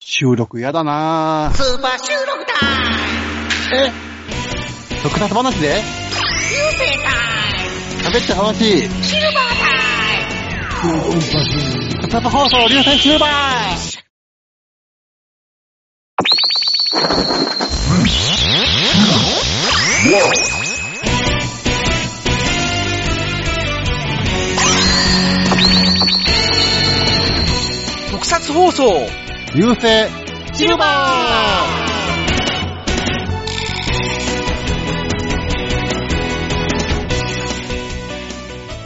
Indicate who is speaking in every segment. Speaker 1: 収録嫌だなぁ。
Speaker 2: スーパー収録タイム
Speaker 1: え特撮話で
Speaker 2: 流星タイム
Speaker 1: 喋って話。
Speaker 2: シルバータイム
Speaker 1: 特撮放送流星シルバー
Speaker 3: 特撮放送
Speaker 1: 流星シルバ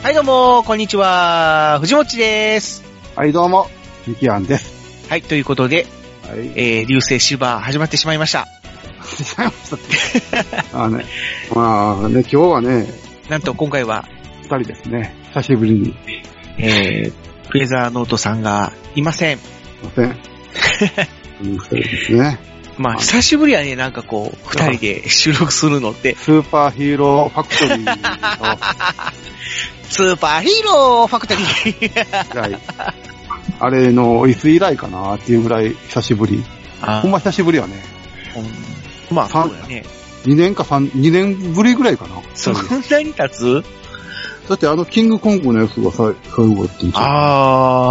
Speaker 3: はい、どうも、こんにちは。藤もっちです。
Speaker 1: ーはい、どうも、ミキアンです。
Speaker 3: はい、ということで、
Speaker 1: はい。え、
Speaker 3: えー、流星シルバー始まってしまいました。
Speaker 1: 違いました。あのね、まあね、今日はね、
Speaker 3: なんと今回は、
Speaker 1: 二人ですね。久しぶりに。すい
Speaker 3: えー、フレザーノートさんがいません。
Speaker 1: ません。うん二人ですね。
Speaker 3: まあ、久しぶりやね、なんかこう、二人で収録するのって、
Speaker 1: スーパーヒーローファクトリー
Speaker 3: スーパーヒーローファクトリー。
Speaker 1: 以来、あれのいつ以来かなっていうぐらい久しぶり。
Speaker 3: あ
Speaker 1: ほんま久しぶりよね。
Speaker 3: うんまあ、そうだね。
Speaker 1: 2年か3、2年ぶりぐらいかな。
Speaker 3: そんなに経つ
Speaker 1: だってあのキングコングのやつがさ、最後やってんじゃん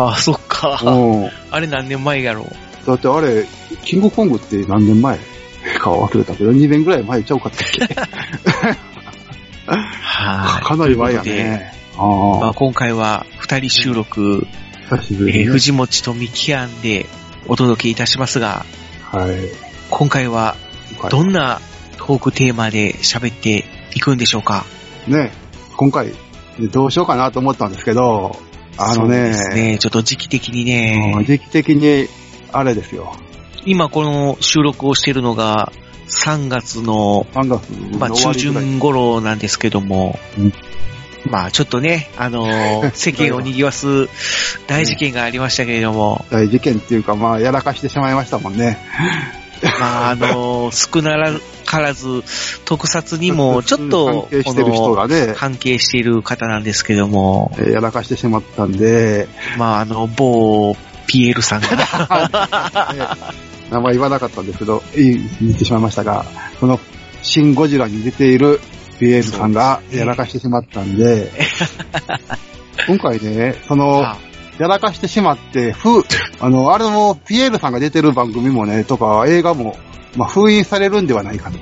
Speaker 3: あー、そっか。
Speaker 1: うん。
Speaker 3: あれ何年前やろう。
Speaker 1: だってあれ、キングコングって何年前 か忘れたけど、2年ぐらい前ちゃうかったっ け
Speaker 3: はい。
Speaker 1: かなり前やね。
Speaker 3: ま
Speaker 1: あ
Speaker 3: あ、今回は二人収録、
Speaker 1: あ、久しぶ
Speaker 3: え
Speaker 1: り
Speaker 3: ー
Speaker 1: にね。
Speaker 3: 藤持とミキアンでお届けいたしますが、
Speaker 1: はい。
Speaker 3: 今回はどんなトークテーマで喋っていくんでしょうか
Speaker 1: ね、今回、どうしようかなと思ったんですけど、あの
Speaker 3: そう
Speaker 1: ね、
Speaker 3: ですね、ちょっと時期的に
Speaker 1: うん
Speaker 3: ね、
Speaker 1: 時期的に、あれですよ。
Speaker 3: 今この収録をしているのが3月の、
Speaker 1: 3月
Speaker 3: まあ、
Speaker 1: の終わ
Speaker 3: 中
Speaker 1: りぐらい。
Speaker 3: 旬頃なんですけども
Speaker 1: うん、
Speaker 3: まあちょっとね、あの ー世間を賑わす大事件がありましたけれども、
Speaker 1: 大事件っていうか、まあ、やらかしてしまいましたもんね。
Speaker 3: まあ、あのー少なからず、特撮にも、ちょっと、
Speaker 1: 関係してる人がね、
Speaker 3: 関係している方なんですけども、
Speaker 1: えーやらかしてしまったんで、
Speaker 3: まあ、あの、某、ピエールさんが、
Speaker 1: えー名前言わなかったんですけど、言い言ってしまいましたが、このシン・ゴジラに出ている BL さんがやらかしてしまったん で、今回ね、その、
Speaker 3: あ
Speaker 1: やらかしてしまって、ふ、あの、あれも、ピエールさんが出てる番組もね、とか、映画も、まあ、封印されるんではないかと。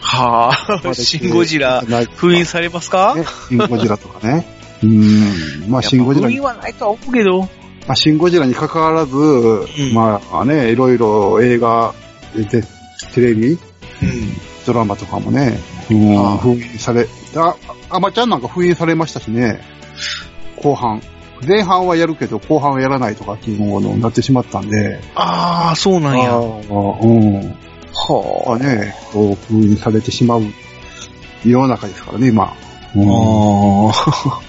Speaker 3: はあ、 シンゴジラ、
Speaker 1: ない
Speaker 3: 封印されますか
Speaker 1: ね、シンゴジラとかね。うーん。まあ、シンゴジラ
Speaker 3: 封
Speaker 1: に
Speaker 3: 印、はないとは思うけど、
Speaker 1: まあ、シンゴジラに関わらず、
Speaker 3: ん
Speaker 1: まあね、いろいろ映画、でテレビ、ドラマとかもね、うん、封印され、あ、あまちゃんなんか封印されましたしね、後半。前半はやるけど、後半はやらないとかっていうものになってしまったんで、
Speaker 3: ああ、そうなんや。
Speaker 1: あ
Speaker 3: は
Speaker 1: ーうん。まあね、こう封印されてしまう世の中ですからね、今。うん
Speaker 3: あ。ああ。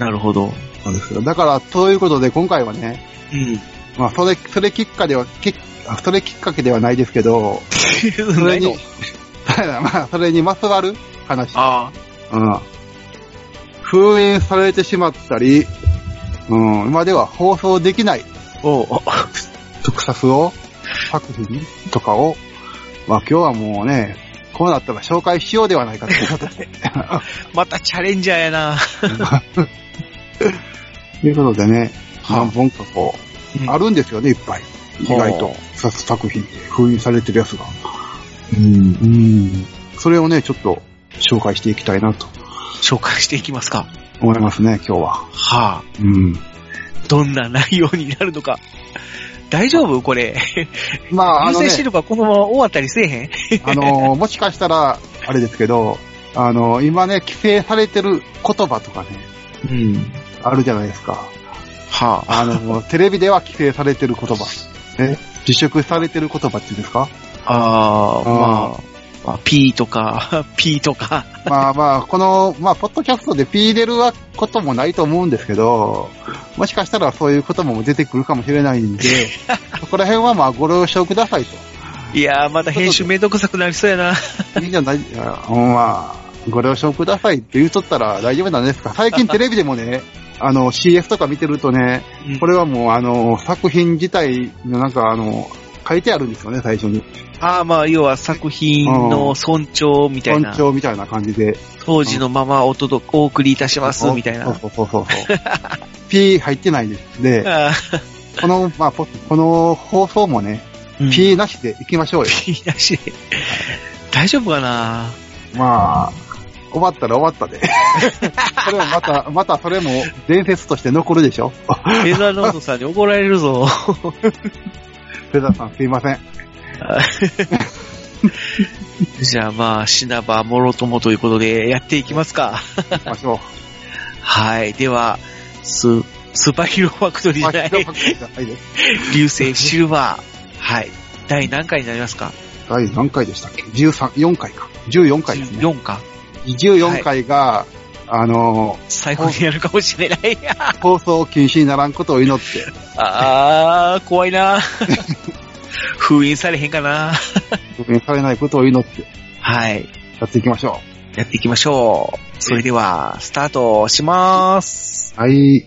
Speaker 3: なるほど。
Speaker 1: なんですよだから、ということで今回はね、
Speaker 3: うん。
Speaker 1: まあ、それ、それきっかけでは、きあそれきっかけではないですけど、そ
Speaker 3: な
Speaker 1: れ
Speaker 3: い
Speaker 1: に
Speaker 3: の、
Speaker 1: まあ、それにまつわる話。
Speaker 3: あ
Speaker 1: うん。封印されてしまったり、うん、今では放送できない
Speaker 3: あ。おうお
Speaker 1: 特撮を、作品とかを、まあ今日はもうね、こうなったら紹介しようではないか ということで。
Speaker 3: またチャレンジャーやな。
Speaker 1: ということでね、
Speaker 3: はあ
Speaker 1: 何本かこう、あるんですよね、いっぱい。意外と
Speaker 3: は、
Speaker 1: 特撮作品で封印されてるやつが。うん、うん。それをね、ちょっと紹介していきたいなと
Speaker 3: 紹介していきますか。
Speaker 1: 思いますね、今日は。
Speaker 3: はあ。
Speaker 1: うん。
Speaker 3: どんな内容になるのか。大丈夫これ。
Speaker 1: まあ、あ
Speaker 3: 流
Speaker 1: のね
Speaker 3: 星、シルバーこのまま終わったりせえへん
Speaker 1: あのー、もしかしたら、あれですけど、あのー、今ね、規制されてる言葉とかね、
Speaker 3: うん。
Speaker 1: あるじゃないですか。
Speaker 3: はあ。
Speaker 1: あ のー、テレビでは規制されてる言葉。ね、自粛されてる言葉っていうんですか
Speaker 3: あ
Speaker 1: あ
Speaker 3: あ、まあ、まあ、P とか、P とか。
Speaker 1: まあまあ、この、まあ、ポッドキャストで P 入れることもないと思うんですけど、もしかしたらそういうことも出てくるかもしれないんで、そこら辺はまあご了承くださいと。
Speaker 3: いやー、また編集めんどくさくなりそうやな。
Speaker 1: いいんじゃない、いやうんまあ、ご了承くださいって言うとったら大丈夫なんです か最近テレビでもね、あの、CF とか見てるとね、これはもうあの、作品自体のなんかあの、書いてあるんですよね、最初に。
Speaker 3: ああ、まあ、要は作品の尊重みたい
Speaker 1: 尊
Speaker 3: な、
Speaker 1: 重みたいな感じで。
Speaker 3: 当時のままお届お送りいたします、みたいな。
Speaker 1: そうそうそう そう。P 入ってないですね。
Speaker 3: あ
Speaker 1: この、まあ、ポこの放送もね、
Speaker 3: ー
Speaker 1: P なしで行きましょうよ。
Speaker 3: ピーなしで。大丈夫かな
Speaker 1: まあ、終わったら終わっ たで。それもまた、またそれも伝説として残るでし ょ。
Speaker 3: フェザーノートさんに怒られるぞ。
Speaker 1: フェザーさんすいません。
Speaker 3: じゃあまあ、シナバもろともということでやっていきますか。
Speaker 1: 行きましょう。
Speaker 3: はい。では、ス、スーパーヒーローファクトリー
Speaker 1: まあ
Speaker 3: じゃな
Speaker 1: 一応
Speaker 3: い、
Speaker 1: パクリじゃないです。
Speaker 3: 流星シルバー。はい。第何回になりますか
Speaker 1: 第何回でしたっけ ?13、4回か。14回ですね。
Speaker 3: ?4 か。
Speaker 1: 14回が、あの
Speaker 3: 最後にやるかもしれない。
Speaker 1: ー、放送禁止にならんことを祈って、
Speaker 3: あー、怖いな 封印されへんかな
Speaker 1: 復元されないことを祈って
Speaker 3: はい。
Speaker 1: やっていきましょ
Speaker 3: やっていきましょう。それでは、スタートしまーす。
Speaker 1: う。はい。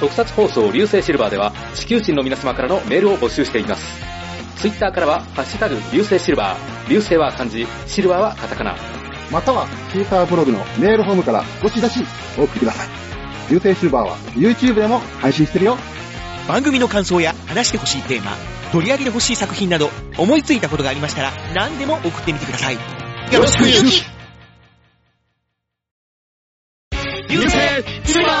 Speaker 4: 特撮放送流星シルバーでは地球人の皆様からのメールを募集しています。ツイッターからは、ハッシュタグ、流星シルバー。流星は漢字、シルバーはカタカナ。
Speaker 1: または、ツイッターブログのメールフォームからごし出し、お送りください。流星シルバーは YouTube でも配信してるよ。
Speaker 5: 番組の感想や話してほしいテーマ、取り上げてほしい作品など、思いついたことがありましたら、何でも送ってみてください。よろしくゆき
Speaker 4: 流星シルバー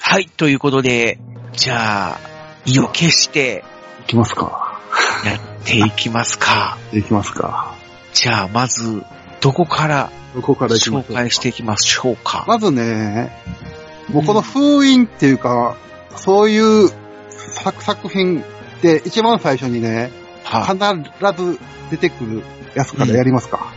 Speaker 3: はい、ということで、じゃあ、意を決して
Speaker 1: いきますか。
Speaker 3: やっていきますか。
Speaker 1: いきますか。
Speaker 3: じゃあ、まず、どこから
Speaker 1: どこからいきま
Speaker 3: 紹
Speaker 1: す
Speaker 3: 介していきましょうか。
Speaker 1: まずね、もうこの封印っていうか、そういう作作品って一番最初にね、
Speaker 3: は
Speaker 1: 必ず出てくるやつからやりますか。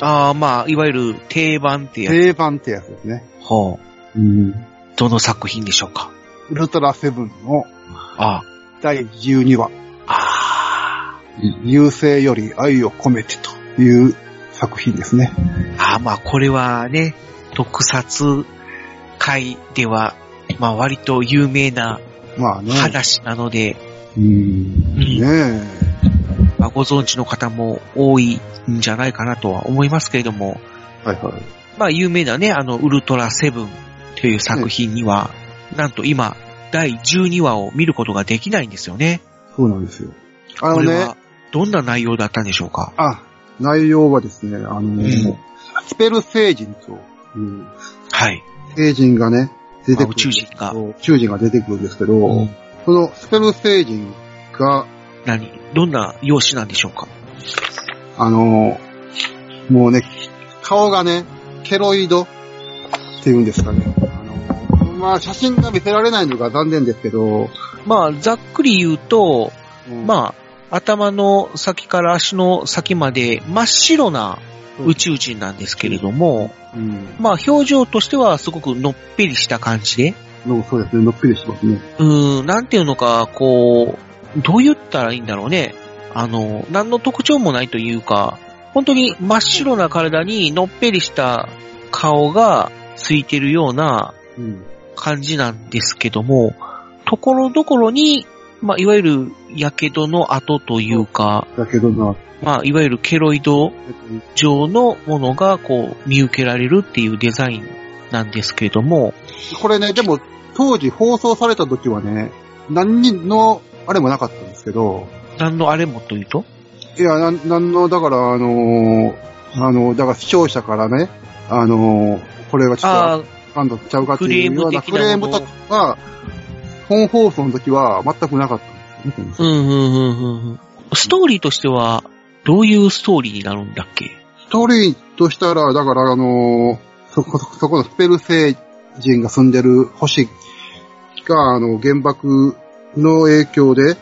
Speaker 3: ああ、まあ、いわゆる定番ってやつ。
Speaker 1: 定番ってやつですね。
Speaker 3: ほ
Speaker 1: うん。
Speaker 3: うどの作品でしょうか。
Speaker 1: ウルトラセブンの
Speaker 3: あ
Speaker 1: 第12話、
Speaker 3: あ、あ
Speaker 1: 流星より愛を込めてという作品ですね。
Speaker 3: ーあー、まあ、これはね、特撮界では、まあ、割と有名な
Speaker 1: まあね。
Speaker 3: 話なので、
Speaker 1: うん。
Speaker 3: うん
Speaker 1: ね
Speaker 3: まあ、ご存知の方も多いんじゃないかなとは思いますけれども、
Speaker 1: え。はいはい。
Speaker 3: まあ、有名なね、あの、ウルトラセブンという作品には、なんと今、第12話を見ることができないんですよね。
Speaker 1: そうなんですよ。あ
Speaker 3: こ
Speaker 1: の
Speaker 3: れ
Speaker 1: ね
Speaker 3: は、、どんな内容だったんでしょうか
Speaker 1: あ、内容はですね、あの、
Speaker 3: ん
Speaker 1: スペル星人と、うん、
Speaker 3: はい。
Speaker 1: 星人がね、出てく
Speaker 3: まあ
Speaker 1: る。
Speaker 3: 宇宙人が。
Speaker 1: そう。宇宙人が出てくるんですけど、
Speaker 3: うん
Speaker 1: このスペル星人が、
Speaker 3: 何どんな容姿なんでしょうか
Speaker 1: あの、もうね、顔がね、ケロイドっていうんですかね。あの、まあ、写真が見せられないのが残念ですけど、
Speaker 3: まあ、ざっくり言うと、
Speaker 1: あ、
Speaker 3: まあ、頭の先から足の先まで真っ白な宇宙人なんですけれども、
Speaker 1: うん。
Speaker 3: まあ、表情としてはすごくのっぺりした感じで、
Speaker 1: のそうですね、のっぴりしてますね。
Speaker 3: うーん、なんていうのか、こう、どう言ったらいいんだろうね。あの、何の特徴もないというか、本当に真っ白な体にのっぺりした顔がついてるような
Speaker 1: うん。
Speaker 3: 感じなんですけども、ところどころに、まあ、いわゆる、やけどの跡というか、
Speaker 1: だけどな、
Speaker 3: まあ、いわゆるケロイド状のものが、こう、見受けられるっていうデザインなんですけれども、
Speaker 1: これね、でも、当時放送された時はね、何人の、あれもなかったんですけど、
Speaker 3: 何のあれもというと
Speaker 1: いや、なん、なんの、だから、あのーあのだから視聴者からね、あのーこれはちょっと
Speaker 3: あ
Speaker 1: あかんとちゃうかっていうようなク
Speaker 3: ク
Speaker 1: レ
Speaker 3: レ
Speaker 1: ー
Speaker 3: ー
Speaker 1: ム
Speaker 3: ム
Speaker 1: と
Speaker 3: 的なもの
Speaker 1: か、本放送の時は全くなかったんですよね
Speaker 3: あ、うん、うん、うん、うん。ストーリーとしては、どういうストーリーになるんだっけ
Speaker 1: ストーリーとしたら、だから、あのーそこ、そこのスペル星人が住んでる星が、あの、原爆の影響で、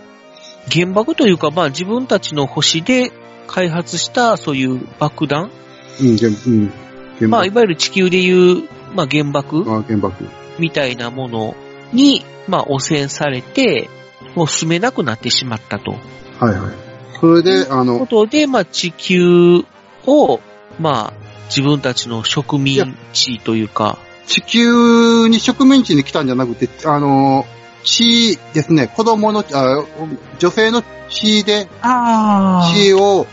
Speaker 3: 原爆というか、まあ、自分たちの星で開発した、そういう爆弾
Speaker 1: うん、原うん、原爆。
Speaker 3: まあ、いわゆる地球でいう、まあ、原爆
Speaker 1: あ原爆。
Speaker 3: みたいなものに、まあ、汚染されて、もう住めなくなってしまったと。
Speaker 1: はいはい。それで、あ
Speaker 3: というこ
Speaker 1: の、
Speaker 3: とで、まあ、地球を、まあ、自分たちの植民地というか、
Speaker 1: 地球に植民地に来たんじゃなくて、あの、地ですね、子供の、あ女性の血で、
Speaker 3: あ
Speaker 1: 血を、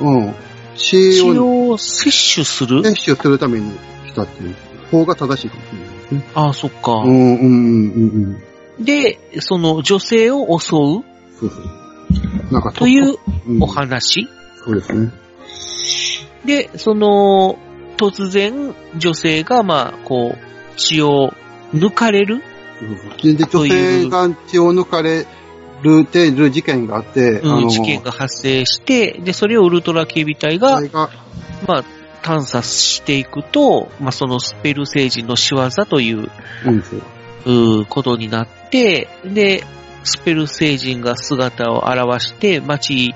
Speaker 1: うん、血
Speaker 3: 血
Speaker 1: を
Speaker 3: を摂取す
Speaker 1: 摂
Speaker 3: る
Speaker 1: 取するために来たっていう方が正しいかもしれないですね。
Speaker 3: ああ、そっか、
Speaker 1: うん、うん、うん、うんうん。
Speaker 3: で、その女性を襲う
Speaker 1: そうそう。なんか
Speaker 3: という
Speaker 1: うん
Speaker 3: お話。
Speaker 1: そうですね。
Speaker 3: で、その、突然女性が、まあ、こう、血を抜かれる
Speaker 1: で、で女性が血を抜かれるてる事件があって、
Speaker 3: うん事件
Speaker 1: が、
Speaker 3: が発生して、で、それをウルトラ警備隊が、
Speaker 1: それが
Speaker 3: まあ、探査していくと、まあ、そのスペル星人の仕業という、
Speaker 1: うん、そう
Speaker 3: うーことになって、で、スペル星人が姿を現して、街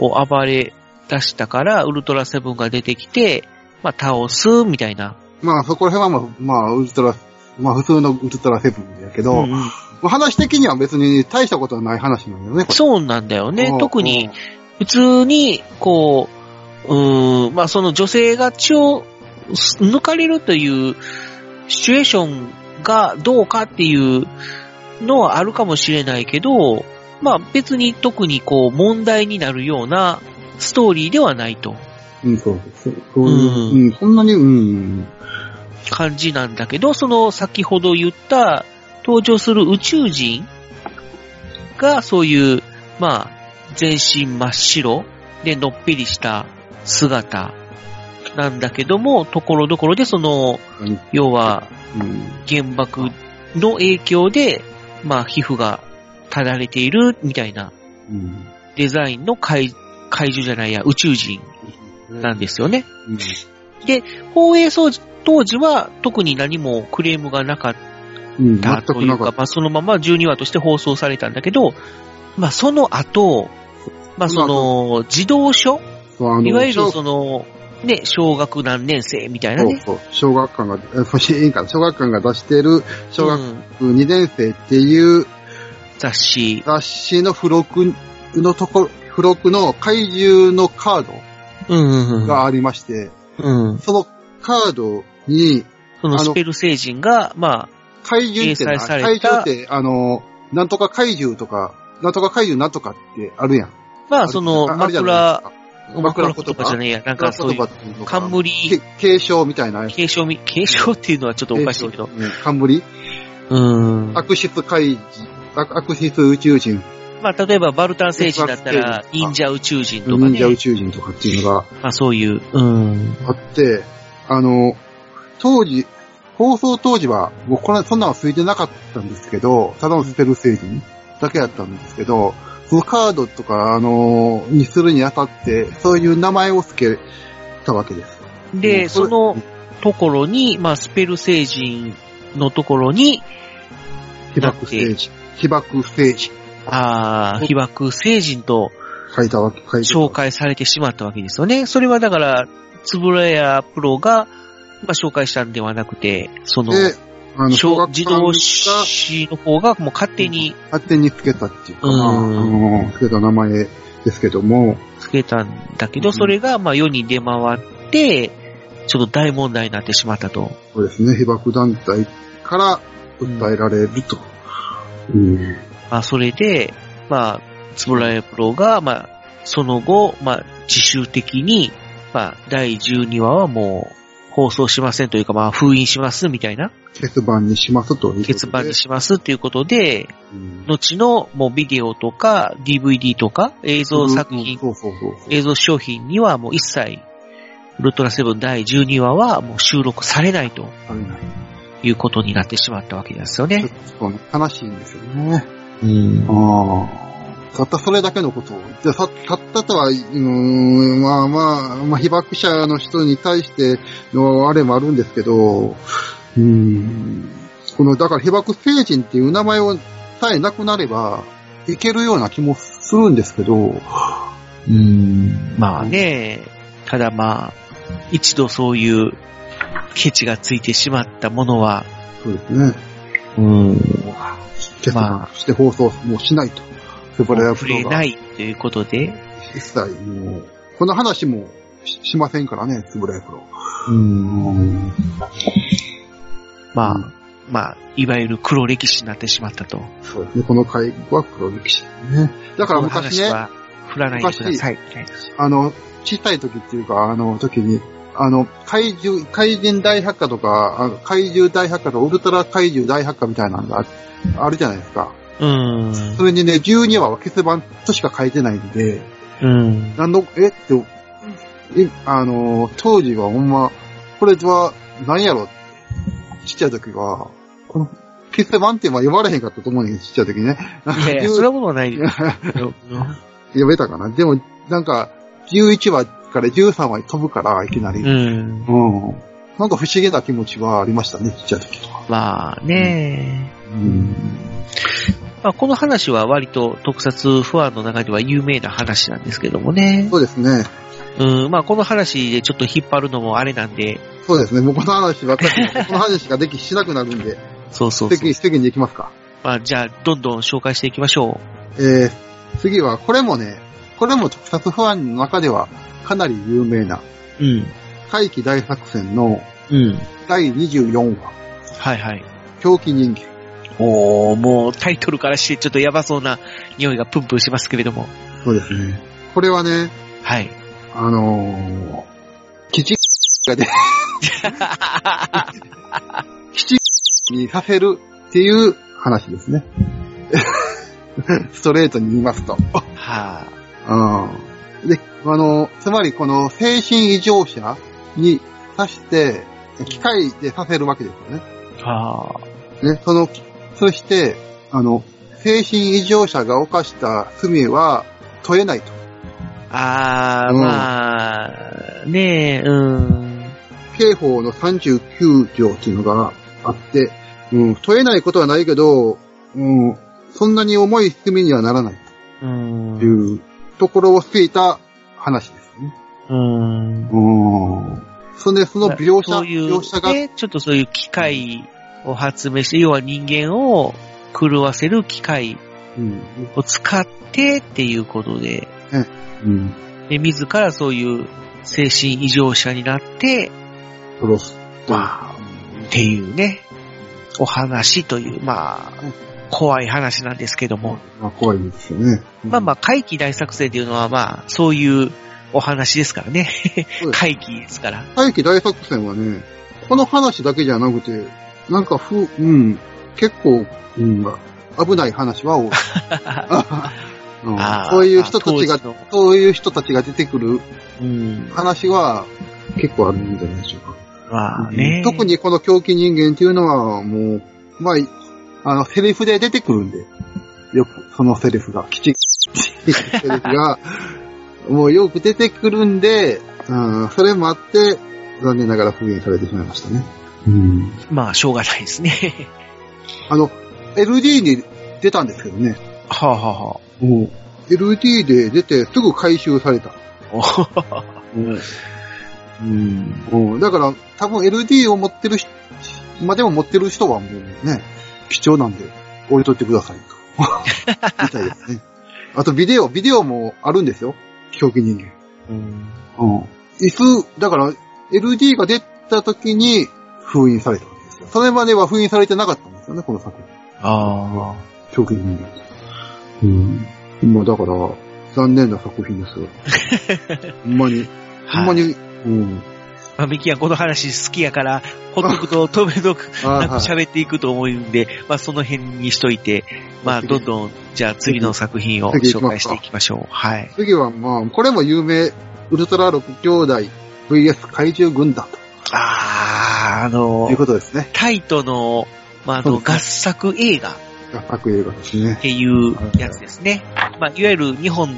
Speaker 3: を暴れ出したから、ウルトラセブンが出てきて、まあ、倒す、みたいな。
Speaker 1: まあ、そこら辺はまあ、まあ、ウルトラ、まあ、普通のウルトラセブンだけど、
Speaker 3: うんうん
Speaker 1: まあ話的には別に大したことはない話なんだよね、これ
Speaker 3: そうなんだよね
Speaker 1: う。ん
Speaker 3: 特に、普通に、こう、うーん、まあ、その女性が血を抜かれるというシチュエーションがどうかっていうのはあるかもしれないけど、まあ、別に特にこう問題になるようなストーリーではないと
Speaker 1: うん、そうそう。そういう、う
Speaker 3: う
Speaker 1: ん、そんなに、うん、
Speaker 3: 感じなんだけど、その先ほど言った登場する宇宙人がそういう、まあ、全身真っ白でのっぺりした姿なんだけども、ところどころでその、
Speaker 1: うん
Speaker 3: 要は
Speaker 1: うん、
Speaker 3: 原爆の影響で、まあ、皮膚がただれているみたいな
Speaker 1: うん。
Speaker 3: デザインの怪怪獣じゃないや、宇宙人なんですよね。
Speaker 1: うん
Speaker 3: 放映当時当時は特に何もクレームがなかっ
Speaker 1: うん、全
Speaker 3: たと
Speaker 1: く
Speaker 3: い
Speaker 1: な
Speaker 3: う
Speaker 1: か
Speaker 3: か、
Speaker 1: っ
Speaker 3: まあ、そのまま12話として放送されたんだけど、まあ、その後、まあ、その、児童書
Speaker 1: たそう。あの
Speaker 3: いわゆる
Speaker 1: 小
Speaker 3: その、ね、小学何年生みたいな
Speaker 1: そう
Speaker 3: ね。
Speaker 1: そう小学館が、 えそう、支援から小学館が出してる、小
Speaker 3: う
Speaker 1: 学
Speaker 3: ん
Speaker 1: 2年生っていう
Speaker 3: 雑誌。
Speaker 1: 雑誌の付録のところ、付録の怪獣のカー
Speaker 3: うんうん
Speaker 1: ド
Speaker 3: うん
Speaker 1: がありまして、
Speaker 3: うん。
Speaker 1: そのカードに、
Speaker 3: そのスペル星人が、ま
Speaker 1: 怪獣ってな、
Speaker 3: 掲載さ
Speaker 1: 怪
Speaker 3: れた
Speaker 1: 獣って、あの、なんとか怪獣とか、なんとか怪獣なんとかってあるやん。
Speaker 3: あ、ま
Speaker 1: あ
Speaker 3: あ、その、
Speaker 1: あるじゃ
Speaker 3: 枕、
Speaker 1: ない
Speaker 3: 枕
Speaker 1: 枕言
Speaker 3: 言葉じゃ
Speaker 1: 葉
Speaker 3: ないや、なん
Speaker 1: 枕
Speaker 3: かそう
Speaker 1: 言
Speaker 3: い
Speaker 1: 葉
Speaker 3: う、
Speaker 1: っていうのかな
Speaker 3: 冠、
Speaker 1: け継承みたいなやつ。
Speaker 3: 継承み、継承っていうのはちょっとおかしいけど。
Speaker 1: うん冠
Speaker 3: うん。
Speaker 1: 悪質怪獣、悪悪質宇宙人、
Speaker 3: まあ、例えば、バルタン星人だったら、
Speaker 1: バ
Speaker 3: 忍
Speaker 1: ルタン星人
Speaker 3: 者宇宙人とか
Speaker 1: 忍
Speaker 3: ね
Speaker 1: 者。宇宙人とかっていうのが
Speaker 3: まあ、そういう。うん。
Speaker 1: あって、あの、当時、放送当時は、もうこれ、そんなのついてなかったんですけど、ただのスペル星人だけだったんですけど、そのカードとか、あの、にするにあたって、そういう名前を付けたわけです。う
Speaker 3: で、
Speaker 1: ん
Speaker 3: そ
Speaker 1: れ
Speaker 3: のところに、まあ、スペル星人のところに、
Speaker 1: 被爆星人、被爆星人、
Speaker 3: ああ、被爆星人と
Speaker 1: 書いたわけ、書いてた
Speaker 3: 紹介されてしまったわけですよね。それはだから、つぶらやプロが、まあ、紹介したんではなくて、その、
Speaker 1: で、あの、小
Speaker 3: 小
Speaker 1: 学
Speaker 3: 自
Speaker 1: 生
Speaker 3: 動
Speaker 1: が
Speaker 3: 詞の方がもう勝手に
Speaker 1: 勝手に付けたっていうか、
Speaker 3: うん
Speaker 1: まああの、付けた名前ですけども、
Speaker 3: つけたんだけど、
Speaker 1: うん
Speaker 3: それが、まあ、世に出回って、ちょっと大問題になってしまったと。
Speaker 1: そうですね、被爆団体から訴えられると。うん。
Speaker 3: まあ、それで、まあ、つぶらやプロが、まあ、その後、まあ、自主的に、まあ、第12話はもう、放送しませんというか、まあ、封印しますみたいな、
Speaker 1: 欠番にしますということで。
Speaker 3: 結番にしますということで、
Speaker 1: うん
Speaker 3: 後の、もうビデオとか、DVD とか、映像作品、
Speaker 1: そうそうそうそう。
Speaker 3: 映像商品にはもう一切、ウルトラセブン第12話はもう収録されないと
Speaker 1: あれない。
Speaker 3: いうことになってしまったわけですよね。
Speaker 1: ちょっと悲しいんですよね。
Speaker 3: うん。
Speaker 1: ああ。たったそれだけのことを。でたたったとは、うーん、まあまあ、まあ、被爆者の人に対してのあれもあるんですけど、うん。この、だから被爆成人っていう名前をさえなくなれば、いけるような気もするんですけど、
Speaker 3: うんまあね、ただまあ、一度そういうケチがついてしまったものは、
Speaker 1: そうですね。
Speaker 3: うん、
Speaker 1: 決断
Speaker 3: ま
Speaker 1: して放送もうしないと。スプレー
Speaker 3: 触れないということで、
Speaker 1: 一切もう、この話もししませんからね、つぶらやプロ。うん。
Speaker 3: まあ、まあ、いわゆる黒歴史になってしまったと。
Speaker 1: そうですね。この回は黒歴史ね。だから
Speaker 3: この
Speaker 1: 昔
Speaker 3: 話
Speaker 1: ね、
Speaker 3: は振らないでください。
Speaker 1: あの、小さい時っていうか、あの時に、あの、怪獣、怪人大百科とか、あの怪獣大百科とかウルトラ怪獣大百科みたいなのがああるじゃないですか。
Speaker 3: うーん。
Speaker 1: それにね、12話は消せ版としか書いてないんで、
Speaker 3: うん。
Speaker 1: なんの、えって、え、あの、当時はほんま、これは何やろって、ちっちゃい時は、この、消せ版って呼ばれへんかったと思うねんちっちゃい時ね。
Speaker 3: いやいや、そんなことは ないですよ。
Speaker 1: 読めたかなでも、なんか、11話から13話に飛ぶから、いきなり。
Speaker 3: うん。
Speaker 1: うん。なんか不思議な気持ちはありましたね、ちっちゃい時とか。
Speaker 3: まあね、
Speaker 1: うん。
Speaker 3: まあ、この話は割と特撮ファンの中では有名な話なんですけどもね。
Speaker 1: そうですね。
Speaker 3: うん。まあこの話でちょっと引っ張るのもあれなんで、
Speaker 1: そうですね。もうこの話ばっかり、この話ができしなくなるんで、
Speaker 3: そうそうそう。
Speaker 1: 次、次に行きますか。
Speaker 3: まあじゃあ、どんどん紹介していきましょ
Speaker 1: えー、次は、これもね、これも特撮ファンの中ではかなり有名な、
Speaker 3: う。うん。
Speaker 1: 怪奇大作戦の
Speaker 3: うん。
Speaker 1: 第24話、
Speaker 3: はいはい。
Speaker 1: 狂気人間。
Speaker 3: おー、もうタイトルからしてちょっとやばそうな匂いがプンプンしますけれども。
Speaker 1: そうですね。これはね、
Speaker 3: はい。
Speaker 1: あのー、基地がで、基地にさせるっていう話ですね。ストレートに言いますと。
Speaker 3: は
Speaker 1: うんで、あの、つまりこの精神異常者にさして、機械でさせるわけですよ
Speaker 3: あ。はあ。
Speaker 1: ね。ね、その、そして、あの、精神異常者が犯した罪は問えないと。
Speaker 3: あー、
Speaker 1: うん
Speaker 3: まあ、ねえ、うん。
Speaker 1: 刑法の39条っていうのがあって、うん、問えないことはないけど、うん、そんなに重い罪にはならない
Speaker 3: うん。
Speaker 1: というところをついた話ですね。
Speaker 3: うん。
Speaker 1: うん。そんで、その描写、
Speaker 3: そういう、
Speaker 1: 描写が、
Speaker 3: ね、ちょっとそういう機械を発明して、要は人間を狂わせる機械
Speaker 1: うん、
Speaker 3: を使ってっていうことで、
Speaker 1: うん、
Speaker 3: で、自らそういう精神異常者になって、
Speaker 1: 殺す。
Speaker 3: まあ、っていうね、お話という、まあ
Speaker 1: うん、
Speaker 3: 怖い話なんですけども。
Speaker 1: まあ、怖いですよね。
Speaker 3: まあまあ、怪奇大作戦っていうのはまあ、そういうお話ですからね
Speaker 1: そう。です
Speaker 3: 怪奇ですから。
Speaker 1: あ。大気大作戦はね、この話だけじゃなくて、なんかふ、うん、結構、うん、危ない話 は多い。うん
Speaker 3: あー
Speaker 1: そういう人たちが
Speaker 3: 当時の、
Speaker 1: そういう人たちが出てくる
Speaker 3: うん。
Speaker 1: 話は結構あるんじゃないでしょうか。
Speaker 3: まあね。
Speaker 1: 特にこの狂気人間っていうのはもう、まあ、あの、セリフで出てくるんで、よく、そのセリフが、きちっセリフが、もうよく出てくるんで、うん、それもあって、残念ながら復元されてしまいましたね。うん。
Speaker 3: まあ、しょうがないですね。
Speaker 1: あの、LD に出たんですけどね。
Speaker 3: はあはあはあ。
Speaker 1: もう、LD で出てすぐ回収された。
Speaker 3: おー
Speaker 1: うん。うん。だから、多分 LD を持ってる人、まあ、でも持ってる人はもうね、貴重なんで、置いといてください と。みたいですね。あと、ビデオ、ビデオもあるんですよ。狂気人間。うん。椅子、だから、LD が出た時に封印されたわけですよ。それまでは封印されてなかったんですよね、この作品。
Speaker 3: あ
Speaker 1: 狂気人間。うん。まあ、だから、残念な作品です よ。ほんまに、
Speaker 3: あ。
Speaker 1: ほんまに、うん。
Speaker 3: まあ、ミキはこの話好きやから、ほっとくと止めどく、
Speaker 1: あ
Speaker 3: な
Speaker 1: ー
Speaker 3: く喋っていくと思うんで、まあ、その辺にしといて、まあ、どんどん、じゃあ次の作品を
Speaker 1: 次行き
Speaker 3: 紹
Speaker 1: ま
Speaker 3: 介
Speaker 1: す
Speaker 3: し
Speaker 1: か
Speaker 3: ていきましょう。はい。
Speaker 1: 次はまあ、これも有名、ウルトラ6兄弟 VS 怪獣軍団
Speaker 3: あー、あ
Speaker 1: と
Speaker 3: の
Speaker 1: いう、ことですね。
Speaker 3: タイトの、まあ、あ
Speaker 1: そ
Speaker 3: の、
Speaker 1: うですね
Speaker 3: 合作映画っ
Speaker 1: 合作映画ですね。
Speaker 3: ていうやつですね。まあ、いわゆる日本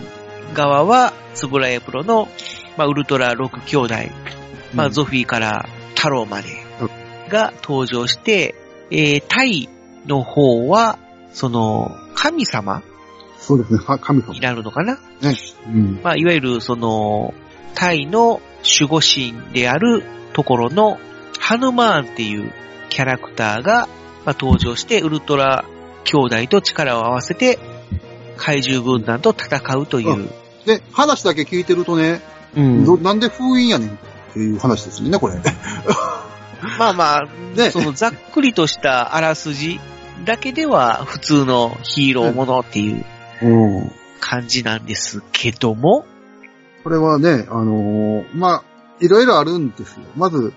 Speaker 3: 側は、つぶらやプロの、まあ、ウルトラ6兄弟まあ、ゾフィーから太郎までが登場して、えー、タイの方は、その、神様
Speaker 1: そうですね、は神様
Speaker 3: に。なるのかな
Speaker 1: うん。
Speaker 3: まあ、いわゆる、その、タイの守護神であるところの、ハヌマーンっていうキャラクターが、まあ、登場して、ウルトラ兄弟と力を合わせて、怪獣軍団と戦うという。
Speaker 1: で、話だけ聞いてるとね、
Speaker 3: うん
Speaker 1: どなんで封印やねん。っていう話ですよね、これ。
Speaker 3: まあまあ、
Speaker 1: ね
Speaker 3: そのざっくりとしたあらすじだけでは普通のヒーローものっていう
Speaker 1: うん。
Speaker 3: 感じなんですけども、
Speaker 1: これはね、あのーまあ、いろいろあるんですよ。まず、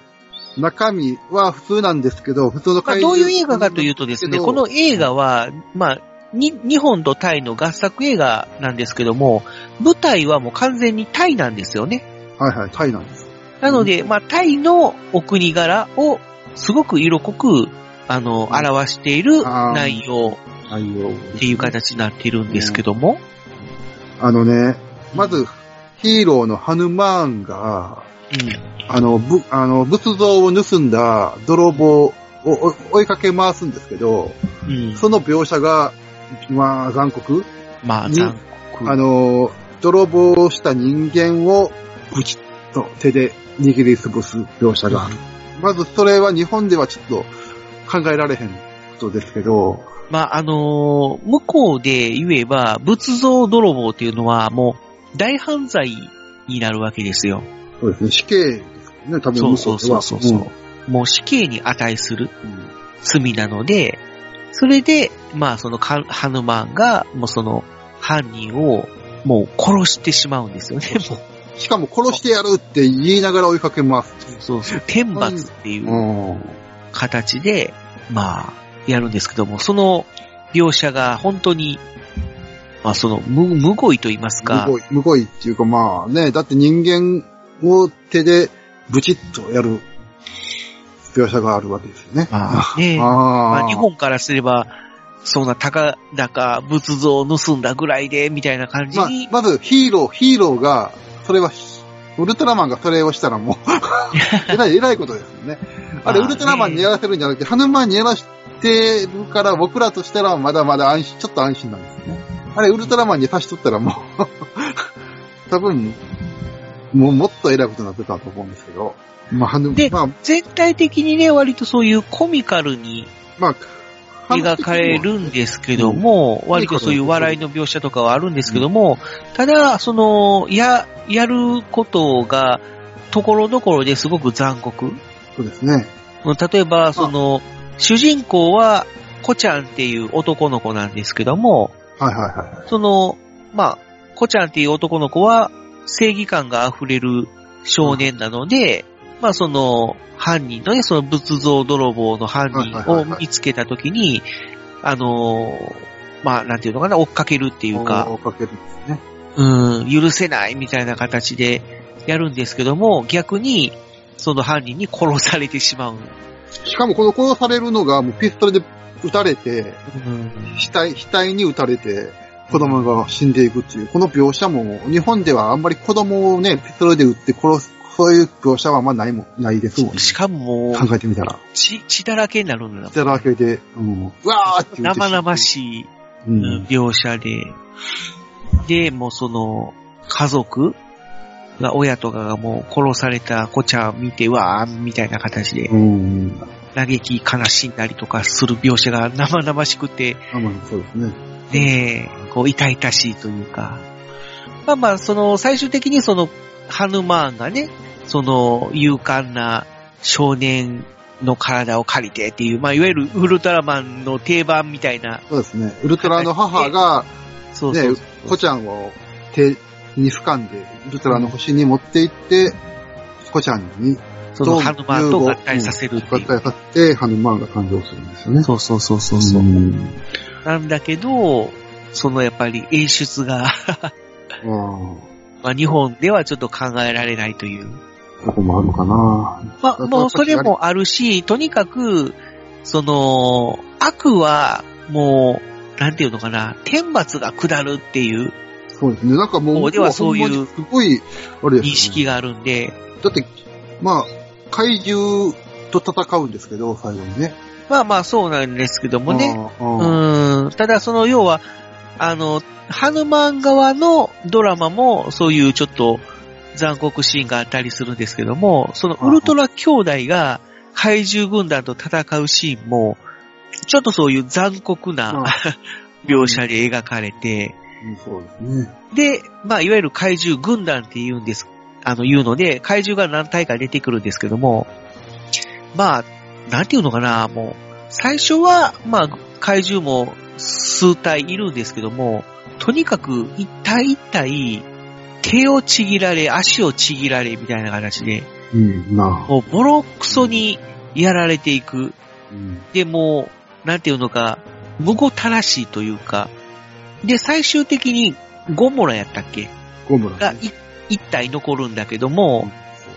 Speaker 1: 中身は普通なんですけど、普通の
Speaker 3: まあ、
Speaker 1: 怪
Speaker 3: どう
Speaker 1: 獣
Speaker 3: いう映画かというとです
Speaker 1: け
Speaker 3: ね、
Speaker 1: ど
Speaker 3: この映画は、まあ、に日本とタイの合作映画なんですけども、舞台はもう完全にタイなんですよね。
Speaker 1: はいはい、タイなんです。
Speaker 3: なので、まあ、タイのお国柄をすごく色濃く、あの、表している
Speaker 1: あー
Speaker 3: 内容
Speaker 1: 内容。
Speaker 3: っていう形になっているんですけども、
Speaker 1: あのね、まず、ヒーローのハヌマーンが、
Speaker 3: うん。
Speaker 1: あの、ぶ、あの、仏像を盗んだ泥棒を追追いかけ回すんですけど、
Speaker 3: うん。
Speaker 1: その描写が、まあ、残酷。
Speaker 3: まあ、
Speaker 1: に
Speaker 3: 残酷。
Speaker 1: あの、泥棒した人間を、ブチッと手で握りつぶす描写がある。まず、それは日本ではちょっと考えられへんことですけど、
Speaker 3: まあ、あのー向こうで言えば、仏像泥棒っていうのはもう大犯罪になるわけですよ。
Speaker 1: そうですね、死刑ですね、多分
Speaker 3: そ
Speaker 1: 向こ
Speaker 3: うそう
Speaker 1: うで
Speaker 3: そ
Speaker 1: は。
Speaker 3: うそうそう、もう死刑に値する罪なので、それで、まあそのカハヌマンが、もうその犯人をもう殺してしまうんですよね。もう
Speaker 1: うんしかも殺してやるって言いながら追いかけます。
Speaker 3: そうそう。天罰っていう
Speaker 1: うん
Speaker 3: 形で、まあ、やるんですけども、その描写が本当に、まあその無、むごいと言いますか
Speaker 1: む、ごい、むごいっていうかまあね、だって人間を手でブチッとやる描写があるわけですよね。
Speaker 3: まあね
Speaker 1: あ
Speaker 3: ま
Speaker 1: ー
Speaker 3: あ、日本からすれば、そんな高々仏像を盗んだぐらいで、みたいな感じ
Speaker 1: まあ
Speaker 3: に、
Speaker 1: まずヒーロー、ヒーローが、それは、ウルトラマンがそれをしたらもう、 えらい、えらいことですよね。あれ、
Speaker 3: ま
Speaker 1: ウ
Speaker 3: あね
Speaker 1: ルトラマンにやらせるんじゃなくて、ハヌマンにやらしてるから、僕らとしたらまだまだ安心、ちょっと安心なんですよね。あれ、ウルトラマンに差し取ったらもう、 多分、もうもっとえらいことになってたと思うんですけど。まあ、ハヌ
Speaker 3: で
Speaker 1: まあ、
Speaker 3: 全体的にね、割とそういうコミカルに
Speaker 1: まあ、
Speaker 3: 描かれるんですけども、割とそういう笑いの描写とかはあるんですけども、ただ、その、や、やることが、ところどころですごく残酷。
Speaker 1: そうですね。
Speaker 3: 例えば、その、主人公は、コちゃんっていう男の子なんですけども、
Speaker 1: はいはいはいはい。
Speaker 3: その、まあ、コちゃんっていう男の子は正義感が溢れる少年なので、まあその犯人のね、その仏像泥棒の犯
Speaker 1: はい
Speaker 3: 人
Speaker 1: はいは
Speaker 3: を
Speaker 1: いはい
Speaker 3: 見つけたときに、あのーまあなんていうのかな、追っかけるっていうか、
Speaker 1: 追っかけるんですね。
Speaker 3: うん、許せないみたいな形でやるんですけども、逆にその犯人に殺されてしまう。
Speaker 1: しかもこの殺されるのが、もうピストルで撃たれて、
Speaker 3: うん
Speaker 1: 額、額に撃たれて、子供が死んでいくっていう、この描写も、日本ではあんまり子供をね、ピストルで撃って殺す、そういう描写はあんまないもん、ないですもんね。
Speaker 3: しかもも
Speaker 1: 考
Speaker 3: う
Speaker 1: えてみたら。
Speaker 3: 血、血だらけになるんだ
Speaker 1: 血。だらけで、うん、うわーって言って
Speaker 3: 生々
Speaker 1: い。
Speaker 3: しい。
Speaker 1: う
Speaker 3: うん
Speaker 1: ん。
Speaker 3: 描写で、で、もうその、家族が、親とかがもう殺された子ちゃん見て、わー、みたいな形で
Speaker 1: う、ん。
Speaker 3: 嘆き悲しんだりとかする描写が生々しくて、
Speaker 1: あまあ、そうですね。
Speaker 3: ねえ、こう、痛々しいというか。まあまあ、その、最終的にその、ハヌマーンがね、その、勇敢な少年の体を借りてっていう、まあ、いわゆるウルトラマンの定番みたいな、
Speaker 1: そうですね。ウルトラの母が、
Speaker 3: そうそう
Speaker 1: ね、子ちゃんを手に掴んで、ウルトラの星に持って行って、子ちゃんに、
Speaker 3: そのハヌマーンと合体させるって
Speaker 1: 合
Speaker 3: いう。
Speaker 1: 体させて、ハヌマーンが誕生するんですよね。
Speaker 3: そうそうそうそうそう、
Speaker 1: ん
Speaker 3: なんだけど、そのやっぱり演出が、
Speaker 1: ああ。
Speaker 3: まあ日本ではちょっと考えられないという。
Speaker 1: ここもあるかな
Speaker 3: まあもうそれもあるし、とにかく、その、悪はもう、なんていうのかな、天罰が下るっていう
Speaker 1: そうですね。なんかもう、
Speaker 3: ここではそういう
Speaker 1: ほんまにすごい、あれです、ね。
Speaker 3: 認識があるんで、
Speaker 1: だって、まあ、怪獣と戦うんですけど、最後にね。
Speaker 3: まあまあそうなんですけどもね、
Speaker 1: ああ。
Speaker 3: う
Speaker 1: ああ
Speaker 3: ん、ただその要は、あの、ハヌマン側のドラマもそういうちょっと残酷シーンがあったりするんですけども、そのウルトラ兄弟が怪獣軍団と戦うシーンも、ちょっとそういう残酷
Speaker 1: うん
Speaker 3: な描写で描かれて、
Speaker 1: うんそうですね。
Speaker 3: で、まあいわゆる怪獣軍団って言うんですあの、言うので、怪獣が何体か出てくるんですけども、まあ、なんていうのかな、もう、最初は、まあ、怪獣も数体いるんですけども、とにかく一体一体、手をちぎられ、足をちぎられ、みたいな形で、
Speaker 1: うん、なあ。
Speaker 3: もうボロクソにやられていく。
Speaker 1: うん。
Speaker 3: で、もう、なんていうのか、無語たらしいというか、で、最終的にゴモラやったっけ
Speaker 1: ゴムラ。
Speaker 3: がい一体残るんだけども、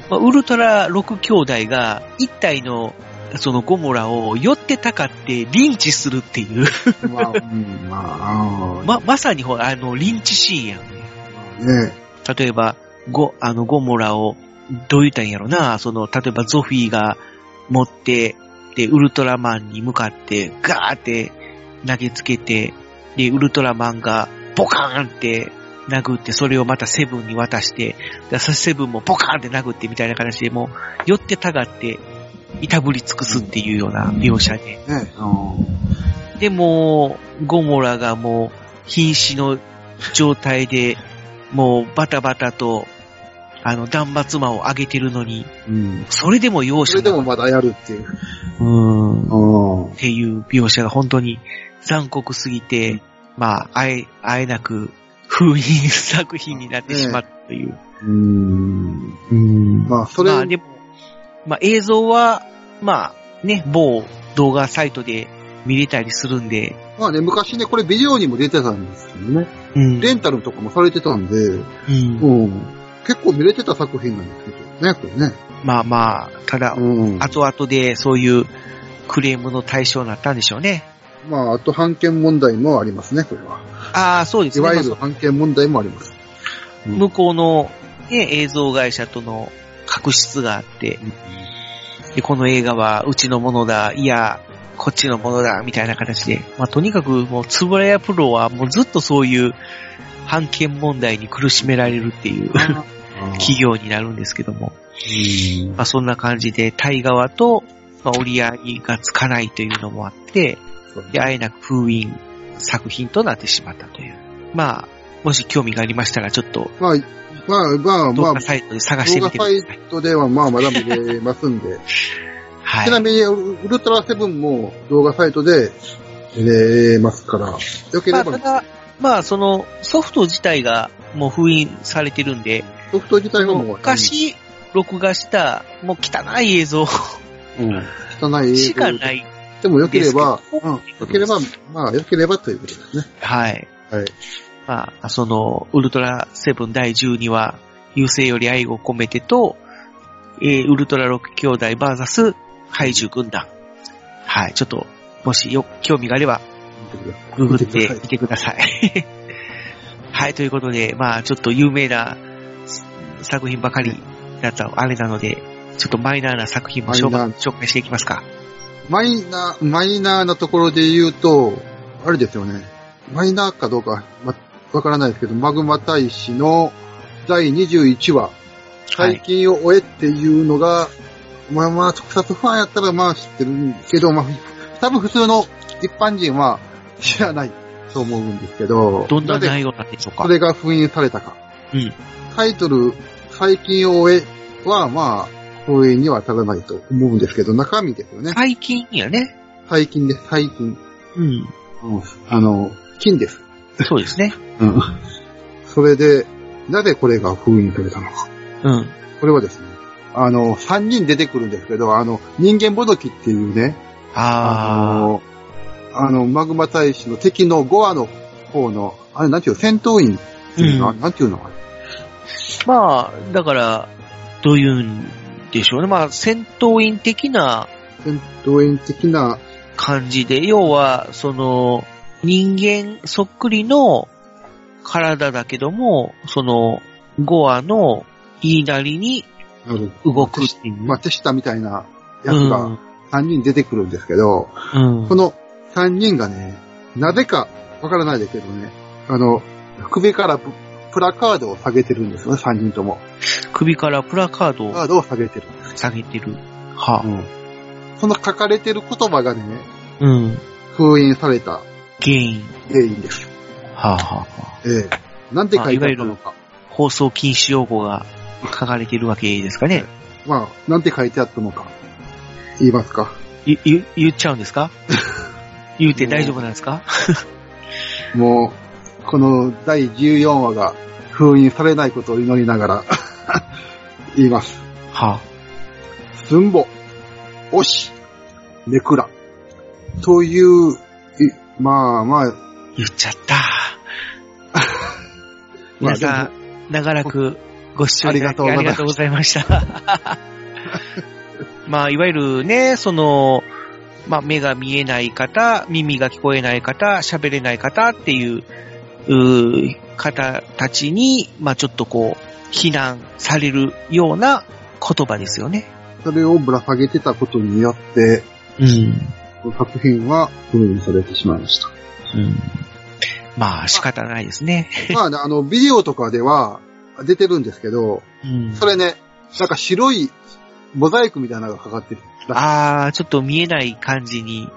Speaker 3: まあウルトラ6兄弟が一体のそのゴモラを寄ってたかってリンチするっていう、
Speaker 1: まあ、うん、まあ、あー
Speaker 3: ま、まさにほら、あの、リンチシーンやんね。
Speaker 1: ね
Speaker 3: 例えば、ゴ、あの、ゴモラを、どう言ったんやろな、その、例えばゾフィーが持って、で、ウルトラマンに向かって、ガーって投げつけて、で、ウルトラマンが、ボカーンって殴って、それをまたセブンに渡して、でそセブンもボカーンって殴ってみたいな形で、もう、寄ってたがって、いたぶり尽くすっていうような描写で。
Speaker 1: え、ねえ、うん。
Speaker 3: で、もう、ゴモラがもう、瀕死の状態で、もう、バタバタと、あの、断末魔を上げてるのに、
Speaker 1: うん。
Speaker 3: それでも容
Speaker 1: そ
Speaker 3: 赦
Speaker 1: れで
Speaker 3: な
Speaker 1: もまだやるっていう。
Speaker 3: く、うん、
Speaker 1: う
Speaker 3: っ
Speaker 1: ん。
Speaker 3: ていう描写が本当に残酷すぎて、まあ、あえ、あえなく、封印作品になってしまったという。
Speaker 1: うん。
Speaker 3: うん
Speaker 1: まあ、それ、
Speaker 3: まあでも、まあ映像は、まあね、某動画サイトで見れたりするんで、
Speaker 1: まあね、昔ね、これビデオにも出てたんですけどね。
Speaker 3: うん。
Speaker 1: レンタルとかもされてたんで、
Speaker 3: うん
Speaker 1: うん。結構見れてた作品なんですけどね、これね。
Speaker 3: まあまあ、ただ、
Speaker 1: うん。
Speaker 3: 後々でそういうクレームの対象になったんでしょうね。
Speaker 1: まあ、あと、判権問題もありますね、これは。
Speaker 3: ああ、そうで
Speaker 1: い
Speaker 3: すね。
Speaker 1: わゆ
Speaker 3: ま
Speaker 1: る
Speaker 3: あ
Speaker 1: 判権問題もあります。
Speaker 3: そう向こうの、ね、映像会社との確執があって、でこの映画はうちのものだ、いや、こっちのものだ、みたいな形で。まあ、とにかくもう、つぶらやプロはもうずっとそういう判権問題に苦しめられるっていう企業になるんですけども。
Speaker 1: うん
Speaker 3: まあ、そんな感じで、タイ側と、まあ、折り合いがつかないというのもあって、で、あえなく封印作品となってしまったという。まあ、もし興味がありましたら、ちょっと
Speaker 1: まあ、まあ、まあ、ま
Speaker 3: 動
Speaker 1: あ
Speaker 3: 画、サイトで探して
Speaker 1: 動
Speaker 3: み
Speaker 1: 画
Speaker 3: てくだ
Speaker 1: サ
Speaker 3: さい
Speaker 1: イ。トではまあまだ見れますんで。
Speaker 3: は。
Speaker 1: ちないみに、ウルトラセブンも動画サイトで見れますから、よけ
Speaker 3: ま
Speaker 1: れ
Speaker 3: あ、た
Speaker 1: ば
Speaker 3: だ、まあ、そのソフト自体がもう封印されてるんで、
Speaker 1: ソフト自体はもう、
Speaker 3: 昔録画した、もう汚い映像
Speaker 1: うん汚い
Speaker 3: しかない。
Speaker 1: でもよければ、
Speaker 3: ですけ
Speaker 1: う
Speaker 3: ど
Speaker 1: ん、よければ、まあ、よければということですね。
Speaker 3: はい。
Speaker 1: はい。
Speaker 3: まあ、その、ウルトラセブン第12話、優勢より愛を込めてと、えーウルトラ6兄弟バーザス、ハイジュ軍団。はい、ちょっと、もしよ、興味があれば、ググってみてください。 はい、ということで、まあ、ちょっと有名な作品ばかりだった、あれなので、ちょっとマイナーな作品も紹
Speaker 1: マイ
Speaker 3: 介
Speaker 1: ナ
Speaker 3: 紹介していきますか。
Speaker 1: マイナー、マイナーなところで言うと、あれですよね。マイナーかどうか、ま、わからないですけど、マグマ大使の第21話、
Speaker 3: はい
Speaker 1: 最近を終えっていうのが、まあまあ、特撮ファンやったらまあ知ってるけど、まあ、多分普通の一般人は知らないと思うんですけど、
Speaker 3: どんな
Speaker 1: ぜ
Speaker 3: 内容なんでしょうか
Speaker 1: そ。れが封印されたか。
Speaker 3: うん
Speaker 1: タイトル、最近を終えは、まあ、封印には足らないと思うんですけど、中身ですよね。
Speaker 3: 最近やね。
Speaker 1: 最近です、最近。
Speaker 3: うん。
Speaker 1: あの、金です。
Speaker 3: そうですね。
Speaker 1: うん。それで、なぜこれが封印されたのか。
Speaker 3: うん。
Speaker 1: これはですね、あの、三人出てくるんですけど、あの、人間もどきっていうね、あ
Speaker 3: ああ、
Speaker 1: の、あの、マグマ大使の敵の5話の方の、あれ、なんていうの、戦闘員っていうの、
Speaker 3: う
Speaker 1: なんていうのあれ。
Speaker 3: まあ、だから、どういうんでしょうね。まあ、戦闘員的な
Speaker 1: 戦闘員的な、
Speaker 3: 感じで、要は、その、人間そっくりの体だけども、その、ゴアの言いなりに
Speaker 1: あの、
Speaker 3: 動くっていう。
Speaker 1: まあ、手下みたいなやつが3人出てくるんですけど、
Speaker 3: うん、う
Speaker 1: こ
Speaker 3: ん。
Speaker 1: の3人がね、なぜかわからないですけどね、あの、首からププラカードを下げてるんですよね、3人とも。
Speaker 3: 首からプラカード
Speaker 1: プラ
Speaker 3: を
Speaker 1: カードを下げてる。
Speaker 3: 下げてる。はあ、
Speaker 1: その書かれてる言葉がね、
Speaker 3: うん。
Speaker 1: 封印された
Speaker 3: 原因。
Speaker 1: 原因です。
Speaker 3: はあ、はあはあ、
Speaker 1: ええなんて書いてあったのか。
Speaker 3: 放送禁止用語が書かれているわけですかね。
Speaker 1: まあ、なんて書いてあったのか、言いますか。
Speaker 3: い、い言っちゃうん ですか言うて大丈夫なんですか
Speaker 1: もう、この第14話が封印されないことを祈りながら、 言います。
Speaker 3: は
Speaker 1: すんぼ、おし、ネクラ。という、いまあまあ、
Speaker 3: あ、言っちゃった。
Speaker 1: まあ
Speaker 3: 皆さん、長らくご視聴いただき
Speaker 1: あ
Speaker 3: あ
Speaker 1: り
Speaker 3: り
Speaker 1: がと
Speaker 3: がとうございました。 まあ、いわゆるね、その、まあ、目が見えない方、耳が聞こえない方、喋れない方っていう、うー方たちに、まあ、ちょっとこう、非難されるような言葉ですよね。
Speaker 1: それをぶら下げてたことによって、
Speaker 3: うん。
Speaker 1: この作品は封印されてしまいま した。
Speaker 3: うん。まあ、仕方ないですね。
Speaker 1: まあね、あの、ビデオとかでは出てるんですけど、
Speaker 3: うん
Speaker 1: それね、なんか白いモザイクみたいなのがかかってる。
Speaker 3: ああ、ちょっと見えない感じに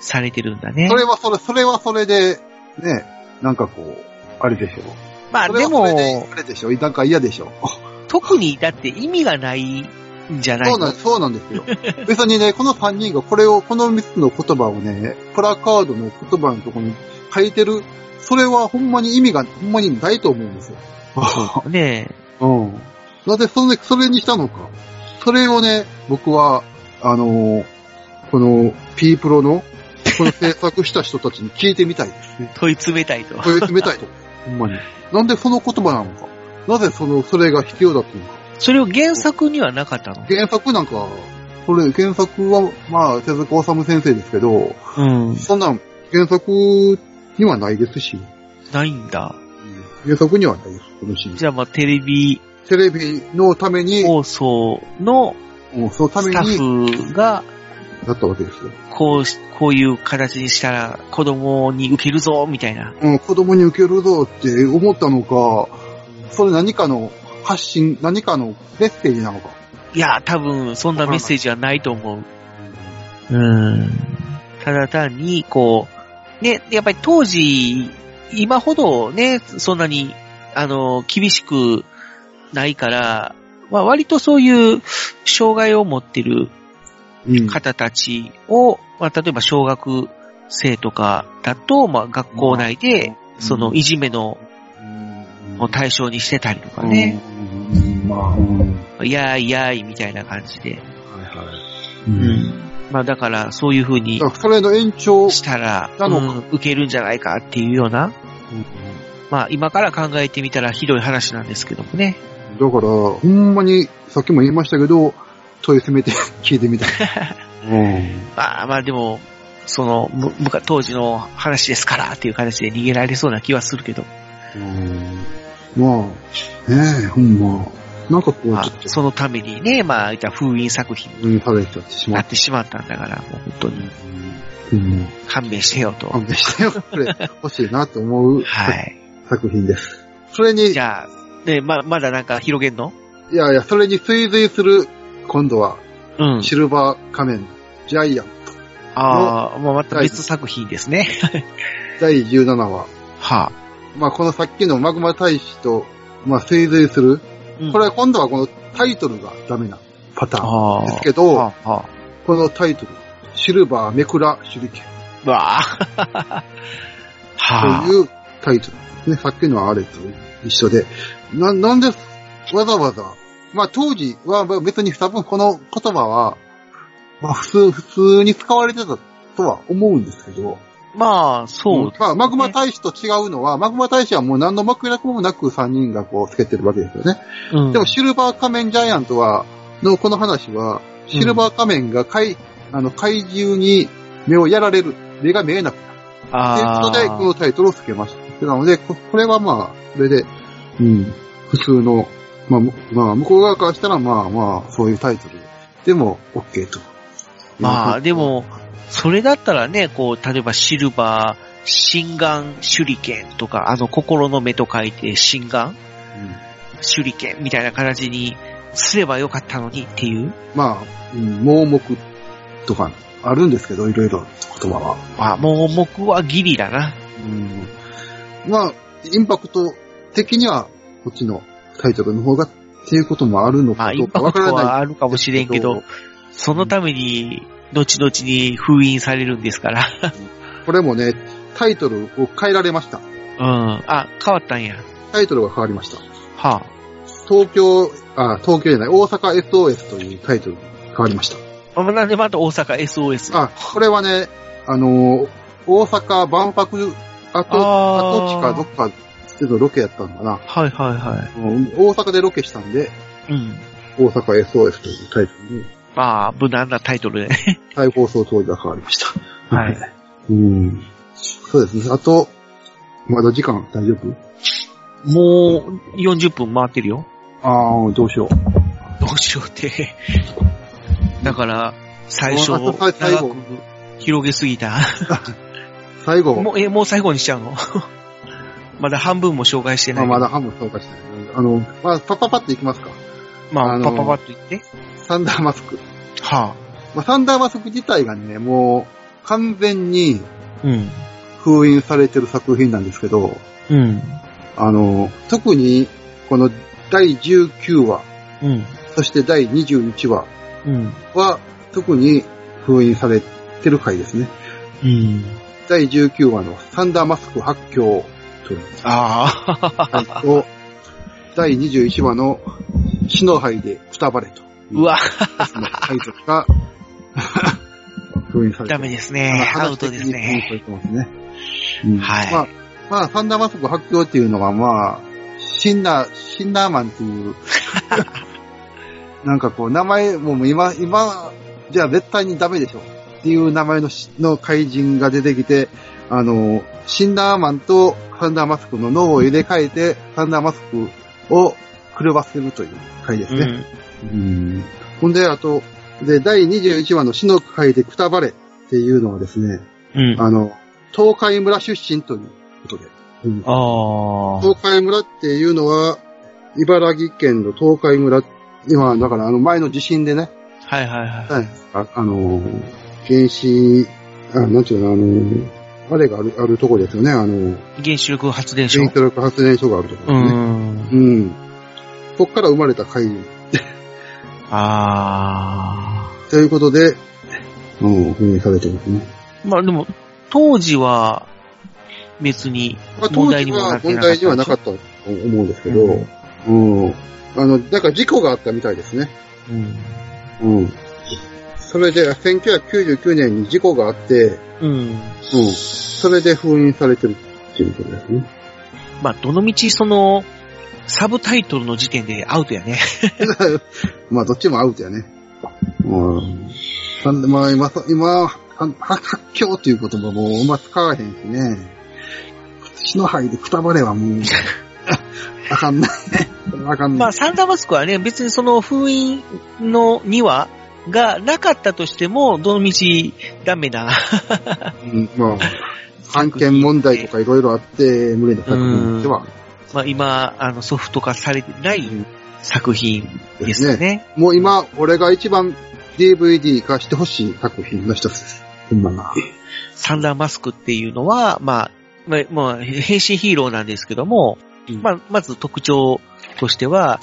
Speaker 3: されてるんだね
Speaker 1: そ。れはそれ、それはそれで、ね、なんかこう、あれでしょ。
Speaker 3: まあ
Speaker 1: それ
Speaker 3: で
Speaker 1: はそれで
Speaker 3: も
Speaker 1: あ、れでしょ。なんか嫌でしょ。
Speaker 3: 特にだって意味がないんじゃない
Speaker 1: そうなん、そうなんですよ。別にね、この3人がこれを、この3つの言葉をね、プラカードの言葉のところに書いてる、それはほんまに意味が、ほんまにないと思うんですよ。
Speaker 3: ね。
Speaker 1: うん。なぜそれ、それにしたのか。それをね、僕は、あのーこの、P プロの、この制作した人たちに聞いてみたいですね
Speaker 3: 問い詰めたいと。
Speaker 1: 問い詰めたいと。ほんまに。なんでその言葉なのか。なぜその、それが必要だったのか。
Speaker 3: それを原作にはなかったの
Speaker 1: 原作なんか、それ、原作は、まあ、手塚治虫先生ですけど、
Speaker 3: うん。
Speaker 1: そんなん、原作にはないですし、
Speaker 3: ないんだ。
Speaker 1: 原作にはないです、このシー
Speaker 3: じゃあまあテレビ
Speaker 1: ン。テレビのために、
Speaker 3: 放送の
Speaker 1: うんそのため
Speaker 3: スタ
Speaker 1: に、
Speaker 3: ッフが
Speaker 1: だったわけですよ。
Speaker 3: こうし、こういう形にしたら子供に受けるぞ、みたいな。
Speaker 1: うん、子供に受けるぞって思ったのか、それ何かの発信、何かのメッセージなのか。
Speaker 3: いや、多分、そんなメッセージはないと思う。うん。ただ単に、こう、ね、やっぱり当時、今ほどね、そんなに、あの、厳しくないから、まあ割とそういう障害を持ってる
Speaker 1: うん。
Speaker 3: 方たちを、まあ例えば小学生とかだと、まあ学校内で、そのいじめの
Speaker 1: う
Speaker 3: を対象にしてたりとかね、
Speaker 1: ん。うん、まあ、うん。
Speaker 3: やーいやーいみたいな感じで。
Speaker 1: はいはい。
Speaker 3: まあだからそういう風に
Speaker 1: だからそれの延長、
Speaker 3: したら、
Speaker 1: なのか
Speaker 3: うん受けるんじゃないかっていうような、まあ今から考えてみたらひどい話なんですけどもね。
Speaker 1: だから、ほんまに、さっきも言いましたけど、問い詰めて聞いてみたい。うん。
Speaker 3: まあまあでも、その、む、むか当時の話ですからっていう形で逃げられそうな気はするけど、
Speaker 1: まあ、ねえ、ほんま。なんかこう、ちょ
Speaker 3: ま
Speaker 1: っ
Speaker 3: あ
Speaker 1: と、
Speaker 3: そのためにね、まあいった封印作品に
Speaker 1: うん、食べちゃってしま
Speaker 3: な
Speaker 1: っ
Speaker 3: ってしまったんだから、もう本当に
Speaker 1: た。うん。
Speaker 3: 勘弁してよと。
Speaker 1: 勘弁してよ、これ。欲しいなと思う
Speaker 3: はい。
Speaker 1: 作品です。それに、い
Speaker 3: じゃあ、ね、ま、まだなんか広げんの
Speaker 1: やいや、それに追随する、今度は、
Speaker 3: うん。
Speaker 1: シルバー仮面、ジャイアン、
Speaker 3: ああ、まあまた別作品ですね。
Speaker 1: 第17話。
Speaker 3: は
Speaker 1: まあ、このさっきのマグマ大使と、まあ、追随する。
Speaker 3: あ。うん
Speaker 1: これは今度はこのタイトルがダメなパターン
Speaker 3: ああ。
Speaker 1: ですけ
Speaker 3: は
Speaker 1: ど、
Speaker 3: あ、はあ。
Speaker 1: このタイトル、シルバーめくら手裏剣
Speaker 3: うわ ぁ。
Speaker 1: というタイトル。ね、さっきのあれと一緒で。な、なんでわざわざ、まあ当時はまあ別に多分この言葉は、まあ普通、普通に使われてたとは思うんですけど、
Speaker 3: まあ、そう。
Speaker 1: まあマグマ大使と違うのは、マグマ大使はもう何の脈絡もなく3人がこうつけてるわけですよね。
Speaker 3: うん
Speaker 1: でも、シルバー仮面ジャイアントは、のこの話は、シルバー仮面が怪、あの、怪獣に目をやられる。目が見えなくなる。ということで、このタイトルをつけました。なので、ここれはまあ、それで、うん、普通の、まあ、むまあ、向こう側からしたら、まあまあ、そういうタイトルでも、OK と。
Speaker 3: まあ、でも、それだったらね、こう、例えばシルバー、心眼手裏剣とか、あの、心の目と書いて、心眼
Speaker 1: うん、
Speaker 3: 手裏剣みたいな形にすればよかったのにっていう。
Speaker 1: まあ、うん、盲目とか、あるんですけど、いろいろ言葉は。
Speaker 3: まあ、もう僕はギリだな。
Speaker 1: うんまあ、インパクト的には、こっちのタイトルの方がっていうこともあるの
Speaker 3: ま
Speaker 1: かど
Speaker 3: あ、イ
Speaker 1: う
Speaker 3: ン
Speaker 1: か
Speaker 3: パ
Speaker 1: わ
Speaker 3: ク
Speaker 1: か
Speaker 3: ト
Speaker 1: ら
Speaker 3: は
Speaker 1: ない。
Speaker 3: あるかもしれんけど、そのために、後々に封印されるんですから。
Speaker 1: これもね、タイトルを変えられました。
Speaker 3: うん。あ、変わったんや。
Speaker 1: タイトルが変わりました。
Speaker 3: は
Speaker 1: 東京、あ、東京じゃない、大阪 SOS というタイトルが変わりました。
Speaker 3: あ。まあなんでまた大阪 SOS。
Speaker 1: あ、これはね、あのー大阪万博跡、跡地
Speaker 3: あ
Speaker 1: かどっかでのロケやったんだな。
Speaker 3: はいはいは
Speaker 1: うん大阪でロケしたんで、
Speaker 3: い。うん。
Speaker 1: 大阪 SOS というタイトルに、
Speaker 3: まあ、無難なタイトルでね。
Speaker 1: 再放送当時は変わりました。。
Speaker 3: はい
Speaker 1: うん。そうですね。あと、まだ時間大丈夫
Speaker 3: もう、40分回ってるよ。
Speaker 1: ああ、どうしよう。
Speaker 3: どうしようって。だから、最初、
Speaker 1: もうあ
Speaker 3: 長
Speaker 1: と最後
Speaker 3: く広げすぎた。
Speaker 1: 最後、
Speaker 3: もう、え、もう最後にしちゃうの まだ半分も紹介してな
Speaker 1: まあ、
Speaker 3: い。
Speaker 1: まだ半分紹介してない。あの、まあ、パッパッパッといきますか。
Speaker 3: ま
Speaker 1: あ
Speaker 3: あ、
Speaker 1: の
Speaker 3: パパパッと言って。
Speaker 1: サンダーマスク。
Speaker 3: は
Speaker 1: まあ、サンダーマスク自体がね、もう、完全に
Speaker 3: あ。うん。
Speaker 1: 封印されてる作品なんですけど、
Speaker 3: うん。
Speaker 1: あの、特に、この第19話、
Speaker 3: うん。
Speaker 1: そして第21話
Speaker 3: うん。
Speaker 1: は、特に封印されてる回ですね。
Speaker 3: うん。
Speaker 1: 第19話のサンダーマスク発狂という
Speaker 3: あ あ。
Speaker 1: 回と、第21話の死の灰でくたばれという
Speaker 3: うわ、
Speaker 1: タイトルが 封印されて
Speaker 3: ダ
Speaker 1: る
Speaker 3: メですね。アウトですね。。
Speaker 1: うん
Speaker 3: はい
Speaker 1: まあ、まあ、サンダーマスク発狂っていうのは、まあ、シンナー、シンナーマンっていう、 なんかこう、名前、もう今、今、じゃあ絶対にダメでしょ。っていう名前のしの怪人が出てきて、あの、シンナーマンとサンダーマスクの脳を入れ替えて、サンダーマスクを狂わせるという回です
Speaker 3: う
Speaker 1: ね。
Speaker 3: ん。
Speaker 1: うんほんで、あと、で、第21話の死の会でくたばれっていうのはですね、
Speaker 3: うん。あ
Speaker 1: あの、東海村出身ということで。うん
Speaker 3: あー。
Speaker 1: 東海村っていうのは、茨城県の東海村、今、だからあの前の地震でね、
Speaker 3: はいはいはい。
Speaker 1: はい、ああの、原子、あなんていうの、あの、あれがある、あるとこですよね、あの、
Speaker 3: 原子力発電所。
Speaker 1: 原子力発電所があるとこ
Speaker 3: う
Speaker 1: ろですね。
Speaker 3: ん。
Speaker 1: うん。こっから生まれた会
Speaker 3: あ
Speaker 1: ということで、うん、封印されてますね。
Speaker 3: あ。まあでも、当時は、別に
Speaker 1: まあ、当
Speaker 3: 問題
Speaker 1: 時
Speaker 3: にもな
Speaker 1: は
Speaker 3: って
Speaker 1: 問
Speaker 3: なかった
Speaker 1: 題にはなかったと思うんですけど、うん。あの、だから事故があったみたいですね。
Speaker 3: うん。
Speaker 1: うん。それで、1999年に事故があって、
Speaker 3: うん。
Speaker 1: うん。それで封印されてるっていうことですね。
Speaker 3: まあ、どのみち、その、サブタイトルの時点でアウトやね。
Speaker 1: まあ、どっちもアウトやね。うん。なんで、まあ、今さ、今、は発狂っていう言葉もうま使わへんしね。死の灰でくたばれは もう、あかんない。それはあかんない。
Speaker 3: まあ、サンダーマスクはね、別にその封印の2話がなかったとしても、どのみちダメな。
Speaker 1: うん、まあ、判権問題とかいろいろあって、無理な作品では、
Speaker 3: まあ、今、あの、ソフト化されてない作品ですよね。
Speaker 1: もう今、俺が一番 DVD 化してほしい作品の一つです。今が。
Speaker 3: サンダーマスクっていうのは、まあ、まあ、まあ、変身ヒーローなんですけども、
Speaker 1: うん
Speaker 3: まあ、まず特徴としては、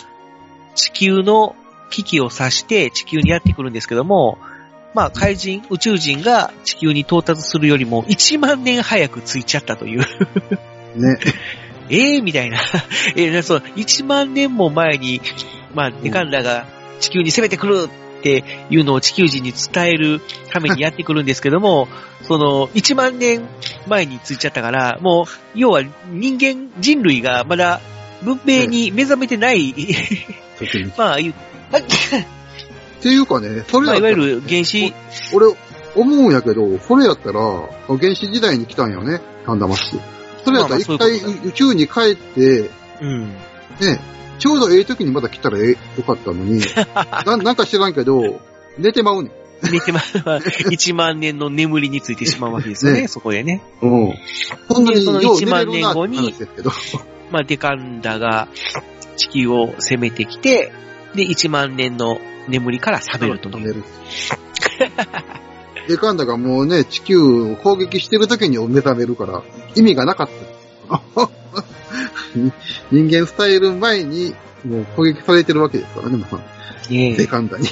Speaker 3: 地球の危機を指して地球にやってくるんですけども、まあ、怪人、宇宙人が地球に到達するよりも1万年早く着いちゃったという、
Speaker 1: ね。
Speaker 3: ええみたいな、 えーそう、1万年も前に、まあ、デカンラが地球に攻めてくるっていうのを地球人に伝えるためにやってくるんですけども、 その、1万年前に着いちゃったから、もう、要は人間、人類がまだ文明に目覚めてない、 まあ、いう
Speaker 1: っていうかね、それ
Speaker 3: ま
Speaker 1: やっ
Speaker 3: あ、い
Speaker 1: た
Speaker 3: わゆ
Speaker 1: ら、
Speaker 3: る原始、
Speaker 1: 俺、思うんやけど、それやったら、原始時代に来たんよね、サンダーマスク。それやったら一
Speaker 3: まあまあそう
Speaker 1: 回
Speaker 3: いうこと
Speaker 1: 宇宙に帰って、
Speaker 3: うん。
Speaker 1: ね、ちょうどええ時にまだ来たらええよかったの に、ななんか知らんけど、寝てまうねん。
Speaker 3: 寝てま、1万 年の眠りについてしまうわけですよね、
Speaker 1: ね
Speaker 3: そこでね。
Speaker 1: うん。そんなに
Speaker 3: その
Speaker 1: よう寝れ
Speaker 3: 1万
Speaker 1: るなって
Speaker 3: 年後に
Speaker 1: 話ですけど。
Speaker 3: まあ、デカンダが地球を攻めてきて、で、1万年の眠りから覚めると
Speaker 1: 止
Speaker 3: い
Speaker 1: め
Speaker 3: う。
Speaker 1: る。で、カンダがもうね、地球を攻撃してる時に目覚めるから、意味がなかった。人間伝える前にもう攻撃されてるわけですからね、もう、
Speaker 3: え
Speaker 1: セ
Speaker 3: え。
Speaker 1: カンダに。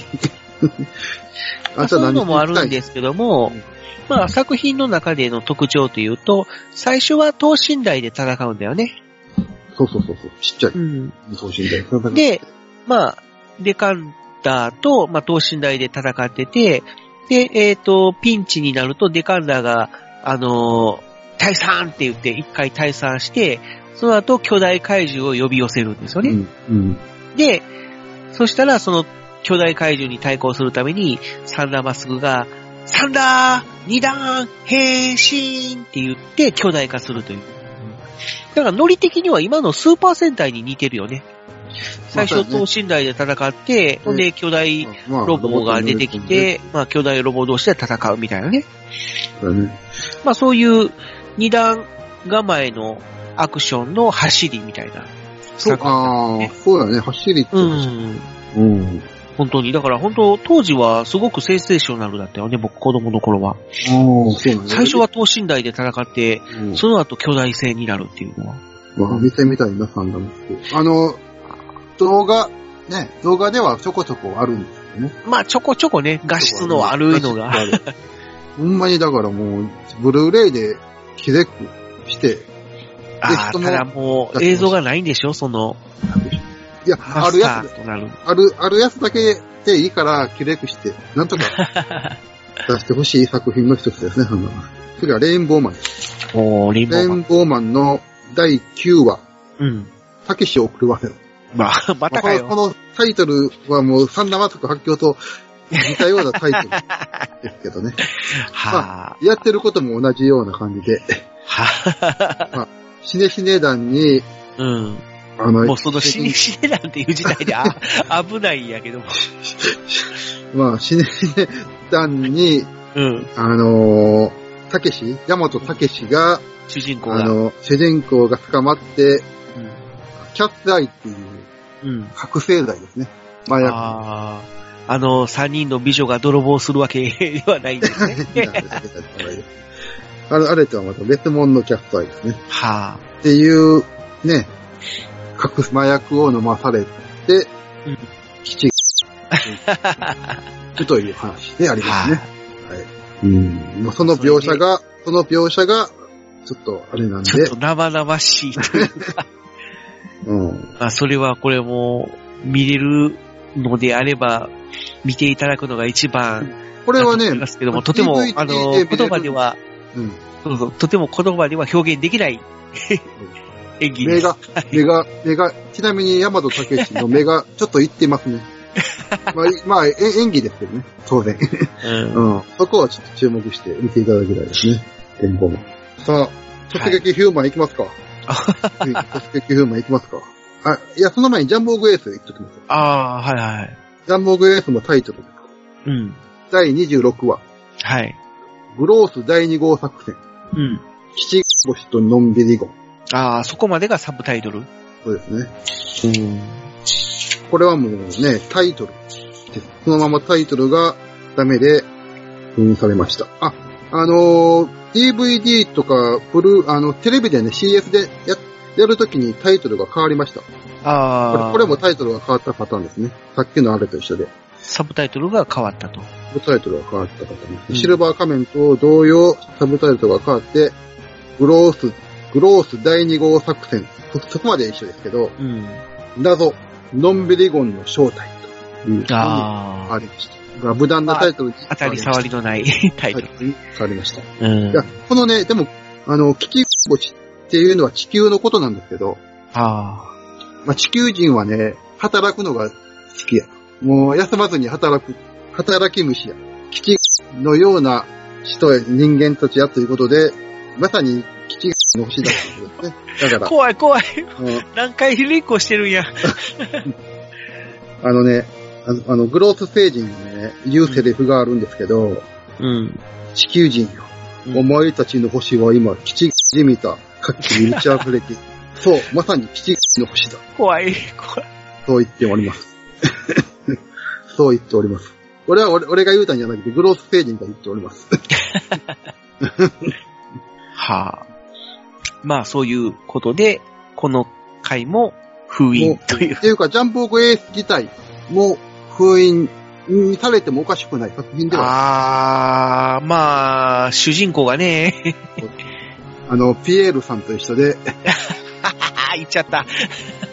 Speaker 3: まあ、そういうのもあるん
Speaker 1: で
Speaker 3: ですけども、まあ、作品の中での特徴というと、最初は等身大で戦うんだよね。
Speaker 1: そうそうそうそう。ちっちゃい
Speaker 3: うん。
Speaker 1: 等身大。、
Speaker 3: で、まあ、デカンダーと、まあ、等身大で戦ってて、で、えっ、と、ピンチになるとデカンダーが、あのー退散って言って、一回退散して、その後巨大怪獣を呼び寄せるんですよ
Speaker 1: う
Speaker 3: ね。
Speaker 1: ん。うん。
Speaker 3: で、そしたらその巨大怪獣に対抗するために、サンダーマスクが、サンダー二段変身って言って巨大化するという。だからノリ的には今のスーパー戦隊に似てるよね。最初等身大で戦って、ほんで巨大
Speaker 1: ま
Speaker 3: ロボが出てきて、、まあ巨大ロボ同士で戦うみたいなね。
Speaker 1: そうだね
Speaker 3: まあそういう二段構えのアクションの走りみたいな。
Speaker 1: そう、ああ、そうだね、走りって。
Speaker 3: うん。
Speaker 1: うん。
Speaker 3: 本当に。だから本当、当時はすごくセンセーショナルだったよね、僕子供の頃は。
Speaker 1: おーそうだね。
Speaker 3: 最初は等身大で戦って、
Speaker 1: うん、
Speaker 3: その後巨大性になるっていうのは。
Speaker 1: わあ、見てみたいな、サンダムって。あの、動画、ね、動画ではちょこちょこあるんですよね。
Speaker 3: まあちょこちょこね、画質の悪いのが。
Speaker 1: 画質悪い。 ほんまにだからもう、ブルーレイで気絶して、
Speaker 3: ああ、
Speaker 1: 画質も
Speaker 3: ただもう映像がないんでしょその、
Speaker 1: いや、あ
Speaker 3: マ
Speaker 1: る
Speaker 3: スタ
Speaker 1: やつ、
Speaker 3: ーとなる。
Speaker 1: ある、あるやつだけでいいから気絶して、なんとか 出してほしい作品の一つですね、サンダム。次はレインボーマン。
Speaker 3: おー、リンボ
Speaker 1: レイ
Speaker 3: ーマン。
Speaker 1: ンボーマンの第9話、
Speaker 3: うん。
Speaker 1: たけしを狂わせろ。
Speaker 3: まあ、 またか
Speaker 1: こ
Speaker 3: よ。
Speaker 1: のこのタイトルはもう三生作発狂と似たようなタイトルですけ どね。
Speaker 3: はあ、
Speaker 1: やってることも同じような感じで、
Speaker 3: はあ、
Speaker 1: 死ね死ね団に、
Speaker 3: うん。
Speaker 1: あの
Speaker 3: もう、その死に死ねなんていう時代で、 あ、危ないんやけども。
Speaker 1: まあ、死ね死ね団に、
Speaker 3: うん。
Speaker 1: あのー、たけし、ヤマトたけしが、
Speaker 3: 主人公
Speaker 1: あ
Speaker 3: が。
Speaker 1: の、主人公が捕まって、キャッツアイっていう
Speaker 3: うん。うん。
Speaker 1: 覚醒剤ですね。麻薬
Speaker 3: ああ。あの、三人の美女が泥棒するわけ ではないんですね。
Speaker 1: あれ、あれとはまた別物のキャッツアイですね。
Speaker 3: はあ。
Speaker 1: っていう、ね、隠す麻薬を飲まされて
Speaker 3: うん、
Speaker 1: 基地という話でありますね。はい。うん。まあその描写が、その描写が、ちょっとあれなんで
Speaker 3: ちょっ、と生々しいという
Speaker 1: うん。
Speaker 3: まあ、それはこれも見れるのであれば、見ていただくのが一番
Speaker 1: こ
Speaker 3: こ
Speaker 1: れは
Speaker 3: と思い
Speaker 1: ね
Speaker 3: ま、すけども、とても、
Speaker 1: DVD
Speaker 3: あの、
Speaker 1: で見れる
Speaker 3: 言葉では、
Speaker 1: うん。
Speaker 3: そうそう、とても言葉では表現できない演技で
Speaker 1: 目
Speaker 3: す。
Speaker 1: が、目が、目が、ちなみに山戸武史の目 がちょっといってますね。まあ、いまあ、え演技ですけどね、当然。
Speaker 3: うん
Speaker 1: うん。そこはちょっと注目して見ていただきたいですね。展望も。さあ、突撃ヒューマン行きます か。はい、突撃ヒューマン行きますか。あ、いや、その前にジャンボーグエース行っときます。
Speaker 3: ああー、はいはい。
Speaker 1: ジャンボーグエースのタイトルです。
Speaker 3: うん。
Speaker 1: 第26話、
Speaker 3: はい。
Speaker 1: グロース第2号作戦、
Speaker 3: うん。
Speaker 1: 七星とのんびり号。
Speaker 3: ああ、そこまでがサブタイトル。
Speaker 1: そうですね。これはもうね、タイトルです。そのままタイトルがダメで封印されました。あ、あのー DVD とか、ブルー、あの、テレビでね、CS でや、やるときにタイトルが変わりました。こ
Speaker 3: ああ
Speaker 1: れ、これもタイトルが変わったパターンですね。さっきのあれと一緒で。
Speaker 3: サブタイトルが変わったと。
Speaker 1: タイトルが変わったパターンです、
Speaker 3: うん
Speaker 1: シルバー仮面と同様、サブタイトルが変わって、グロース、グロース第2号作戦。そそこまで一緒ですけど、
Speaker 3: うん。
Speaker 1: 謎、のんびりゴンの正体という
Speaker 3: ああ
Speaker 1: あ。れでした。が無断なタイトルに
Speaker 3: 当たり障りのないタイ
Speaker 1: タ
Speaker 3: ト
Speaker 1: イ
Speaker 3: ル。
Speaker 1: トルに変わりました。いうや、このね、でも、あの、危機星っていうのは地球のことなんですけど、
Speaker 3: あ
Speaker 1: まあ、地球人はね、働くのが好きや。もう休まずに働く、働き虫や。基地のような人や人間たちやということで、まさに基地の星だったんですね。だ
Speaker 3: あ。
Speaker 1: か
Speaker 3: 怖い怖い。
Speaker 1: ら、あの
Speaker 3: 何回リンクをしてるんや。
Speaker 1: あのね、あの、あのグロース星人にね、言うセリフがあるんですけど、
Speaker 3: うん。
Speaker 1: 地球人よ。
Speaker 3: うん
Speaker 1: お前たちの星は今、基地じみた活気に満ち溢れ ている、そう、まさに基地の星だ。
Speaker 3: 怖い。怖い。
Speaker 1: そう言っており ます。そう言っております。俺は俺、俺が言うたんじゃなくて、グロース星人が言っております。
Speaker 3: はあ。まあそういうことで、この回も封
Speaker 1: も
Speaker 3: 印
Speaker 1: う
Speaker 3: という
Speaker 1: っ。ていうか、ジャンプオクエース自体も封印にされてもおかしくない作品ではあ
Speaker 3: あー、まあ、主人公がね、
Speaker 1: の、ピエールさんと一緒で、
Speaker 3: あー、言っちゃった。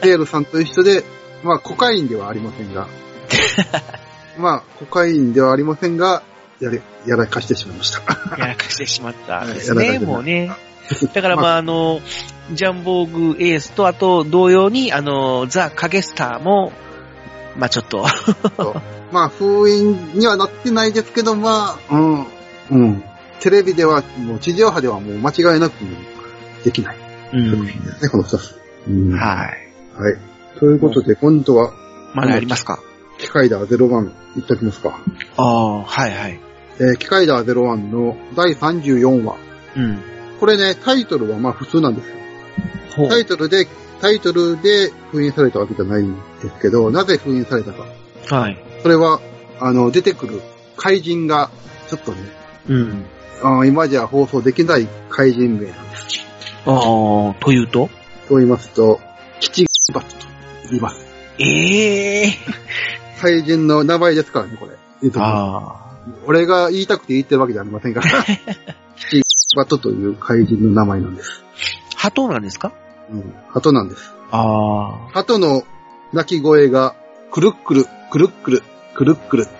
Speaker 1: ピエールさんと一緒で、まあ、コカインではありません が、まあ、コカインではありませんが、やれ、やらかしてしまいま した。
Speaker 3: やらかしてしまった
Speaker 1: はい
Speaker 3: です
Speaker 1: やら
Speaker 3: ね、
Speaker 1: かしてしまった
Speaker 3: もう ね。だからまあ、あの、ジャンボーグエースと、あと同様に、あの、ザ・カゲスターも、まあちょっと、
Speaker 1: まあ、封印にはなってないですけど、まあ、うん、うん。テレビでは、もう地上波ではもう間違いなくできない。
Speaker 3: うん。
Speaker 1: ね、この二つ。うん
Speaker 3: はい。
Speaker 1: はい。ということで、今度は、
Speaker 3: まだありますか
Speaker 1: 機械だ01いっときますか。
Speaker 3: ああ、はいはい。
Speaker 1: えー、機械だ01の第34話。
Speaker 3: うん。
Speaker 1: これね、タイトルはまあ普通なんですよ。
Speaker 3: ほう
Speaker 1: タイトルで、タイトルで封印されたわけじゃないんですけど、なぜ封印されたか。
Speaker 3: はい。
Speaker 1: それは、あの、出てくる怪人が、ちょっとね、
Speaker 3: うん。
Speaker 1: あー今じゃ放送できない怪人名なんです。
Speaker 3: ああ、というと
Speaker 1: と言いますと、吉バッと言います。
Speaker 3: ええ
Speaker 1: 怪人の名前ですからね、これ。言うときます
Speaker 3: あ
Speaker 1: 俺が言いたくて言ってるわけじゃありません から。キチバトという怪人の名前なんです。
Speaker 3: あ。鳩なんですか
Speaker 1: うん。鳩なんです。
Speaker 3: ああ。
Speaker 1: 鳩の鳴き声が、くるっくる、くるっくる、くるっくると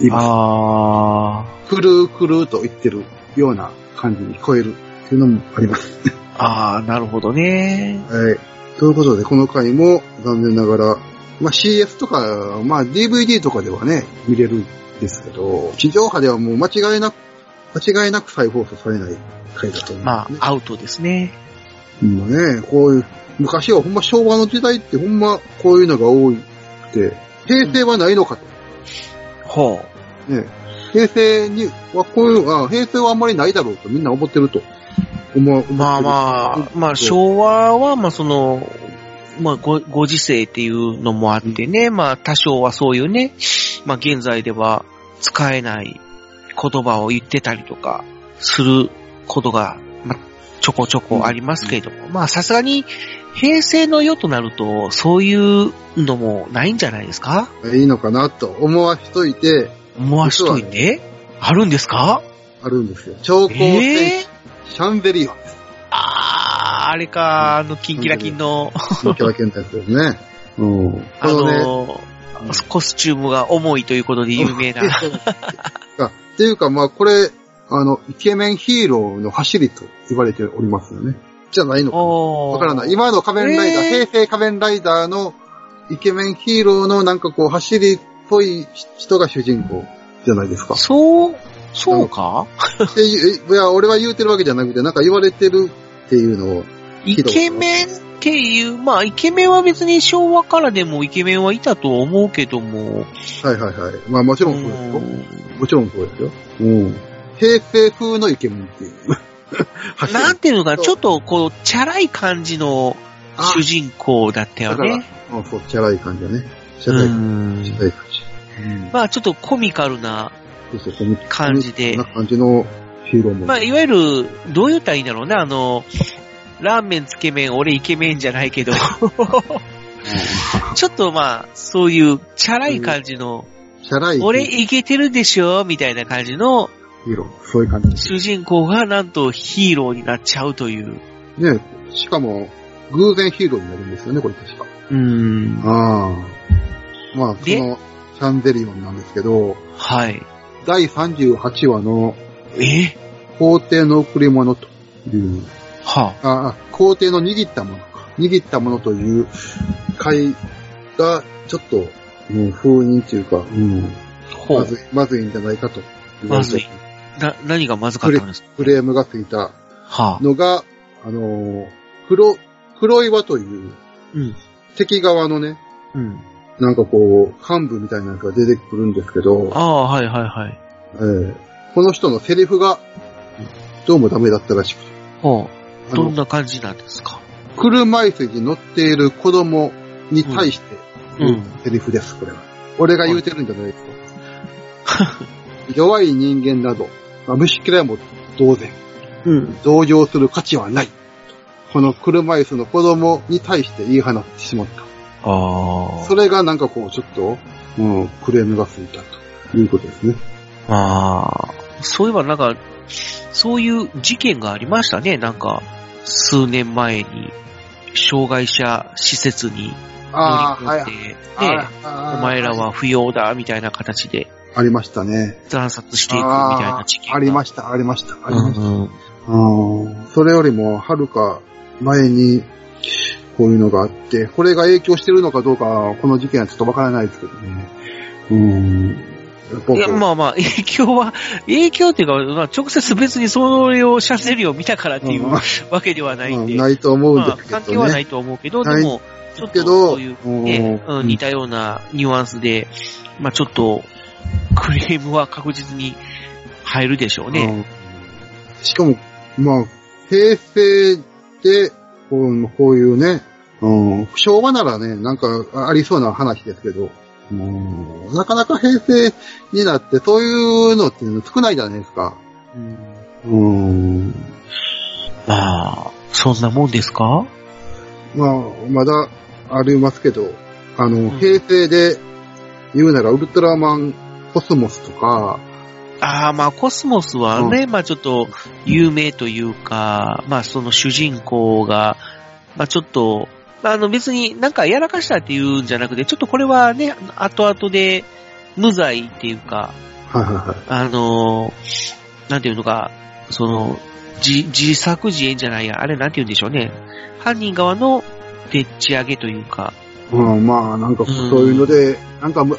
Speaker 1: 言いま
Speaker 3: ああ。
Speaker 1: す。くるーくるーと言ってるような感じに聞こえるっていうのもあります。
Speaker 3: ああ、なるほどね。
Speaker 1: はい。ということで、この回も残念ながら、まあ、CS とか、まあ、DVD とかではね、見れるんですけど、地上波ではもう間違いなく、間違いなく再放送されない回だと思いま、
Speaker 3: ます
Speaker 1: ね。
Speaker 3: あ、アウトですね。
Speaker 1: もうね、こういう、昔はほんま昭和の時代ってほんまこういうのが多いって、平成はないのかと。
Speaker 3: ほ
Speaker 1: ね、平成にはこういう、あ平成はあんまりないだろうとみんな思ってると。思う
Speaker 3: う。まあ
Speaker 1: あ。
Speaker 3: まあ、まあ昭和は、まあその、まあご、ご時世っていうのもあってね、まあ多少はそういうね、まあ現在では使えない言葉を言ってたりとかすることが、まあちょこちょこありますけれども、まあさすがに平成の世となると、そういうのもないんじゃないですか
Speaker 1: いいのかなと思わしといて、
Speaker 3: 思わしといて、あるんですか
Speaker 1: あるんですよ。超高
Speaker 3: え
Speaker 1: 戦
Speaker 3: え
Speaker 1: 士、シャンベリオンです。
Speaker 3: あー、あれか、あの、キンキラキンの、
Speaker 1: 新キャラケンタイプですね。うん。こ
Speaker 3: あ
Speaker 1: のね、
Speaker 3: の、コスチュームが重いということで有名な。
Speaker 1: あっていうかまあこれ、あの、イケメンヒーローの走りと言われておりますよね。じゃないのかな。わ
Speaker 3: わ
Speaker 1: からない。今の仮面ライダー、
Speaker 3: えー。
Speaker 1: 平成仮面ライダーのイケメンヒーローのなんかこう走りっぽい人が主人公じゃないですか
Speaker 3: そう、そうか
Speaker 1: っていういや、俺は言うてるわけじゃなくて、なんか言われてるっていうのを、
Speaker 3: イケメンっていう、まあ、イケメンは別に昭和からでもイケメンはいたと思うけども。
Speaker 1: はいはいはい。まあもちろんそうですよ。もちろんそうですよ。
Speaker 4: うん。
Speaker 1: 平成風のイケメンって いう。走り
Speaker 3: なんていうのかな、
Speaker 1: そう
Speaker 3: ちょっとこう、チャラい感じの
Speaker 1: あ
Speaker 3: 主人公だったよね。
Speaker 1: あそう、チャラい感じだね。チャラ
Speaker 3: う
Speaker 1: い感じ。チ
Speaker 3: ん
Speaker 1: ャ。ラい感じ。
Speaker 3: まあ、ちょっとコミカルな
Speaker 1: そうそう、こんな
Speaker 3: 感じで
Speaker 1: こん。な感じのヒーローも。
Speaker 3: まあ、いわゆる、どう言ったらいいんだろうね、あの、ラーメン、つけ麺、俺イケメンじゃないけ ど、ちょっとまあ、そういう、チャラい感じの、
Speaker 1: チャラいヒ
Speaker 3: 俺
Speaker 1: ー
Speaker 3: イケてるでしょみたいな感じの
Speaker 1: ロー。そういう感じです。
Speaker 3: 主人公がなんとヒーローになっちゃうという。
Speaker 1: ね、しかも、偶然ヒーローになるんですよね、これ確か。
Speaker 3: うーん。
Speaker 1: ああ。まあ、その、
Speaker 3: で
Speaker 1: シャンゼリオンなんですけど、
Speaker 3: はい。
Speaker 1: 第38話の、
Speaker 3: え
Speaker 1: 皇帝の贈り物という、
Speaker 3: は
Speaker 1: ああ、皇帝の握ったものか。握ったものという回が、ちょっと、うん、封印というか、うん、
Speaker 3: あ、ほ
Speaker 1: ま
Speaker 3: う。
Speaker 1: ずい、まずいんじゃないかと言われ
Speaker 3: ま
Speaker 1: て。
Speaker 3: ずい。な、何がまずかったんですか
Speaker 1: フレームがついた
Speaker 3: はあ。
Speaker 1: のが、あのー黒、黒岩という、
Speaker 3: うん。
Speaker 1: 敵側のね、
Speaker 3: うん。
Speaker 1: なんかこう、幹部みたいなのが出てくるんですけど、
Speaker 3: ああ、はいはいはい。
Speaker 1: えーこの人のセリフが、どうもダメだったらしくて。
Speaker 3: ほう。
Speaker 1: あ
Speaker 3: どん
Speaker 1: の、
Speaker 3: な感じなんですか
Speaker 1: 車椅子に乗っている子供に対して、
Speaker 3: うん。
Speaker 1: セリフです、これは。俺が言うてるんじゃないです よ。弱い人間など、まあ虫嫌いも同然、
Speaker 3: うん。
Speaker 1: 同情する価値はない。この車椅子の子供に対して言い放ってしまった。
Speaker 3: あ
Speaker 1: それがなんかこう、ちょっと、うん、クレームがついたということですね。
Speaker 3: あ。ああ。そういえばなんか、そういう事件がありましたね。なんか、数年前に、障害者施設に乗
Speaker 1: ああ、
Speaker 3: り
Speaker 1: はい。
Speaker 3: 込んで、ね、お
Speaker 1: お
Speaker 3: 前ら。は不要だ、みたいな形で
Speaker 1: ありましたね。
Speaker 3: 惨殺していくみたい
Speaker 1: あ
Speaker 3: な事
Speaker 1: ー
Speaker 3: 件が。
Speaker 1: あり
Speaker 3: し
Speaker 1: ました、ありました、あり
Speaker 3: う
Speaker 1: まし
Speaker 3: ん
Speaker 1: た。
Speaker 3: うん。
Speaker 1: うんそれよりも、はるか前に、こういうのがあって、これが影響してるのかどうか、この事件はちょっとわからないですけどね。うん。
Speaker 3: いや、まあまあ、影響は、影響っていうか、まあ、直接別にそれをシャセリを見たからっていう
Speaker 1: うん
Speaker 3: わけではないんで、
Speaker 1: ないと思うん
Speaker 3: まあ、
Speaker 1: ですけど
Speaker 3: 関
Speaker 1: ね。
Speaker 3: 係はないと思うけど、
Speaker 1: ない
Speaker 3: でも、ちょっ
Speaker 1: け
Speaker 3: と
Speaker 1: ど、
Speaker 3: そういう、ね
Speaker 1: うん
Speaker 3: うん似たようなニュアンスで、まあちょっと、クレームは確実に入るでしょうね。
Speaker 1: うんしかも、まあ、平成で、こうこういうね、うん、昭和ならね、なんかありそうな話ですけど、うんなかなか平成になって、そういうのっていうの少ないじゃないですか。うん、
Speaker 3: まあ、そんなもんですか
Speaker 1: まあ、まだありますけど、あの、
Speaker 3: ん
Speaker 1: 平成で言うなら、ウルトラマンコスモスとか、
Speaker 3: ああ、まあ、コスモスはね、まあちょっと、有名というか、まあその主人公が、まあちょっと、まああの別になんかやらかしたっていうんじゃなくて、ちょっとこれはね、後々で無罪っていうか、
Speaker 1: はいはいはい。
Speaker 3: あのー、なんていうのか、その、自、自作自演じゃないや、あれなんていうんでしょうね。犯人側のでっち上げというか、
Speaker 1: うん、まあ、なんか、そういうので、なんかむ、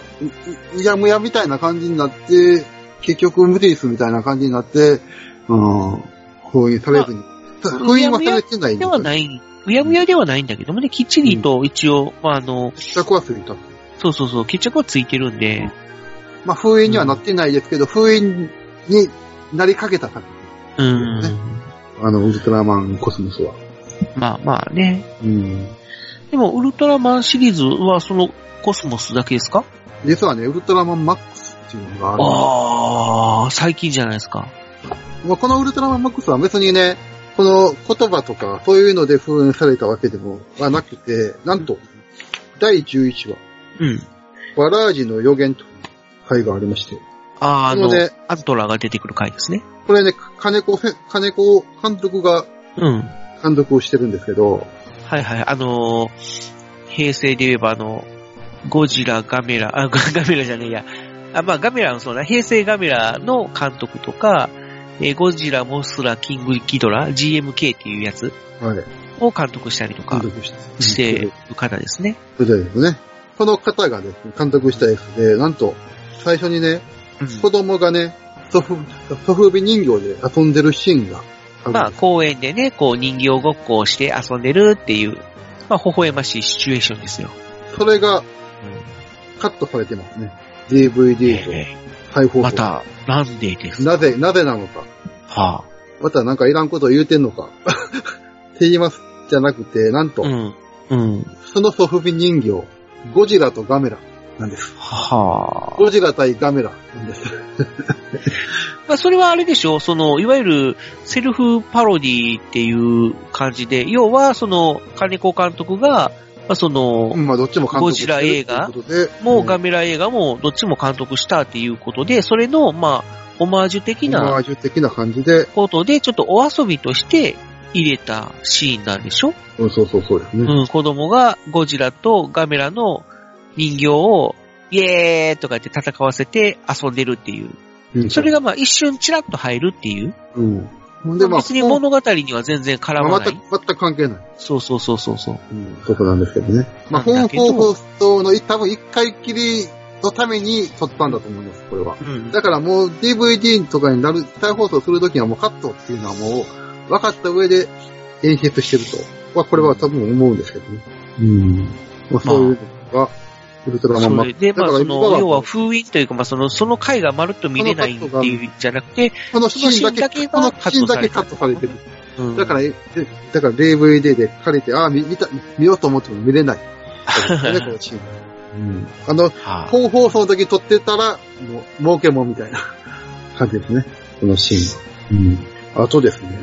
Speaker 1: いいやむやみたいな感じになって、結局無理ですみたいな感じになって、うん、封印されずに。ただ封印はされてないん。
Speaker 3: ではないい、うやむやではないんだけどもね、きっちりと一応、まああの、
Speaker 1: 決着はすると。
Speaker 3: そうそうそう、決着はついてるんで、
Speaker 1: まあ、封印にはなってないですけど、封印になりかけた作
Speaker 3: う
Speaker 1: ね
Speaker 3: ん。
Speaker 1: 品。あの、ウルトラマンコスモスは。
Speaker 3: まあまあね。
Speaker 1: うん。
Speaker 3: でも、ウルトラマンシリーズはそのコスモスだけですか
Speaker 1: 実はね、ウルトラマンマックスっていうのがある。
Speaker 3: ああ、最近じゃないですか。
Speaker 1: まあ、このウルトラマンマックスは別にね、この言葉とか、そういうので封印されたわけでもはなくて、なんと、第11話、
Speaker 3: うん。
Speaker 1: バラージの予言という回がありまして、
Speaker 3: あー
Speaker 1: な
Speaker 3: あ
Speaker 1: の
Speaker 3: の
Speaker 1: で、
Speaker 3: アントラーが出てくる回ですね。
Speaker 1: これね、金子せ、金子監督が
Speaker 3: うん。
Speaker 1: 監督をしてるんですけど、
Speaker 3: はいはい、あのー平成で言えばあの、ゴジラ、ガメラ、あ、 ガガメラじゃねえや。あ、まあガメラのそうだ、平成ガメラの監督とか、えーゴジラ、モスラ、キングギドラ、GMK っていうやつ
Speaker 1: はい、
Speaker 3: を監督したりと
Speaker 1: 監
Speaker 3: か
Speaker 1: 督し
Speaker 3: してる方ですね。
Speaker 1: それでですね、この方がですね、監督したやつで、なんと、最初にね、
Speaker 3: うん
Speaker 1: 子供がね、祖父、祖父母人形で遊んでるシーンがあ
Speaker 3: ま
Speaker 1: る
Speaker 3: あ
Speaker 1: んです。
Speaker 3: 公園でね、こう人形ごっこをして遊んでるっていう、まあ微笑ましいシチュエーションですよ。
Speaker 1: それが、カットされてますね。DVD と
Speaker 3: え
Speaker 1: 再放送。
Speaker 3: ーまた、なんでです。
Speaker 1: なぜ、なぜなのか。
Speaker 3: は
Speaker 1: またなんかいらんことを言うてんのか。 って言います。じゃなくて、なん
Speaker 3: あ、
Speaker 1: と、
Speaker 3: うん。うん。
Speaker 1: そのソフビ人形、ゴジラとガメラなんです。
Speaker 3: はあ。
Speaker 1: ゴジラ対ガメラなんです。
Speaker 3: まあ、それはあれでしょその、いわゆる、セルフパロディっていう感じで、要は、その、金子監督が、まあ、その、
Speaker 1: まあどっちも監督してる
Speaker 3: ゴジラ映画
Speaker 1: ということで
Speaker 3: もうガメラ映画も、どっちも監督したっていうことで、それの、まあ、オマージュ的
Speaker 1: オマ
Speaker 3: な
Speaker 1: ージュ的な感じで、
Speaker 3: ことで、ちょっとお遊びとして入れたシーンなんでしょ
Speaker 1: うん、そうそうそうですね。
Speaker 3: うん、子供がゴジラとガメラの人形を、イエーとか言って戦わせて遊んでるってい
Speaker 1: う
Speaker 3: う。
Speaker 1: ん
Speaker 3: それがまあ一瞬チラッと入るっていう。
Speaker 1: うん。ほんで、まあ、
Speaker 3: 別に物語には全然絡
Speaker 1: まあ
Speaker 3: ま
Speaker 1: ま
Speaker 3: な
Speaker 1: た、
Speaker 3: い。
Speaker 1: 全く関係ない。
Speaker 3: そうそうそうそうそう。
Speaker 1: うん、とこなんですけどね。まあ、
Speaker 3: な
Speaker 1: 本
Speaker 3: んだけど
Speaker 1: 放送の多分一回きりのために撮ったんだと思います、これは。
Speaker 3: うん。
Speaker 1: だからもう DVD とかになる、再放送するときにはもうカットっていうのはもう分かった上で演出してると。は、これは多分思うんですけどね。うん。まあ、そういうのが、ウルトラマンマッ
Speaker 3: それ
Speaker 1: ク
Speaker 3: で、まあ、
Speaker 1: だから
Speaker 3: そ
Speaker 1: 今
Speaker 3: の、要は
Speaker 1: は、
Speaker 3: 封印というか、まあ、その、その回がまるっと見れないっていう、じゃなくて、
Speaker 1: このシーンだけ、
Speaker 3: そ
Speaker 1: こ
Speaker 3: の
Speaker 1: の
Speaker 3: シーンだ
Speaker 1: シーンだけ
Speaker 3: けが
Speaker 1: カットされてる。
Speaker 3: うん
Speaker 1: だから、えだから DVD で借りて、ああ、見見た、見ようと思っても見れ ない。ね、このシーン。うん。あの、
Speaker 3: は
Speaker 1: 本放送の時撮ってたら、もう、儲けもんみたいな感じですね。このシーンは。うん。あとですね。
Speaker 3: い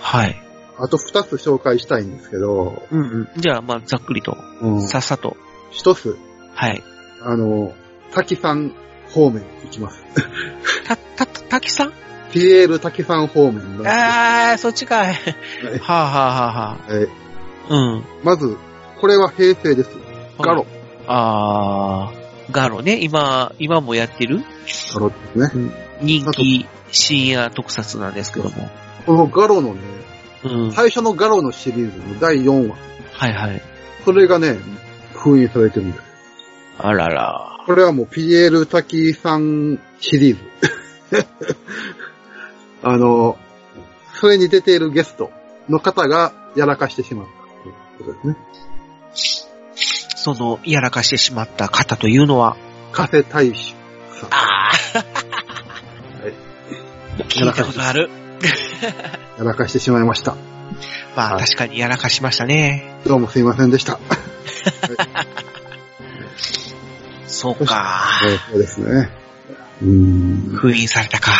Speaker 3: はい。
Speaker 1: あと二つ紹介したいんですけど、
Speaker 3: うんうん。じゃあ、まあ、ざっくりと、
Speaker 1: うん
Speaker 3: さっさと。
Speaker 1: 一つ、
Speaker 3: はい。
Speaker 1: あの、滝さん方面行きます。
Speaker 3: た、た、た、たきさん
Speaker 1: PL 滝さん方面の、は
Speaker 3: あー、そっちかい。はぁ、
Speaker 1: い
Speaker 3: はあ、は
Speaker 1: え
Speaker 3: ぁはぁ、うん。
Speaker 1: まず、これは平成です。ガロ。
Speaker 3: あー、ガロね。今、今もやってる
Speaker 1: ガロですね。
Speaker 3: 人気深夜特撮なんですけども。
Speaker 1: このガロのね、
Speaker 3: うん。
Speaker 1: 最初のガロのシリーズの第4話。
Speaker 3: はいはい。
Speaker 1: それがね、封印されてるんです。
Speaker 3: あらら。
Speaker 1: これはもう PL 滝さんシリーズ。 あの、それに出ているゲストの方がやらかしてしまったっていうことですね。
Speaker 3: その、やらかしてしまった方というのは、
Speaker 1: 加瀬大使さん。
Speaker 3: あー、
Speaker 1: や
Speaker 3: 聞い
Speaker 1: らか
Speaker 3: た
Speaker 1: し
Speaker 3: ことある。
Speaker 1: やらかしてしまいました。
Speaker 3: まあ、
Speaker 1: はい
Speaker 3: 確かにやらかしましたね。
Speaker 1: どうもすいませんでした。
Speaker 3: そうか。
Speaker 1: えーそうですね。うーん。
Speaker 3: 封印されたか。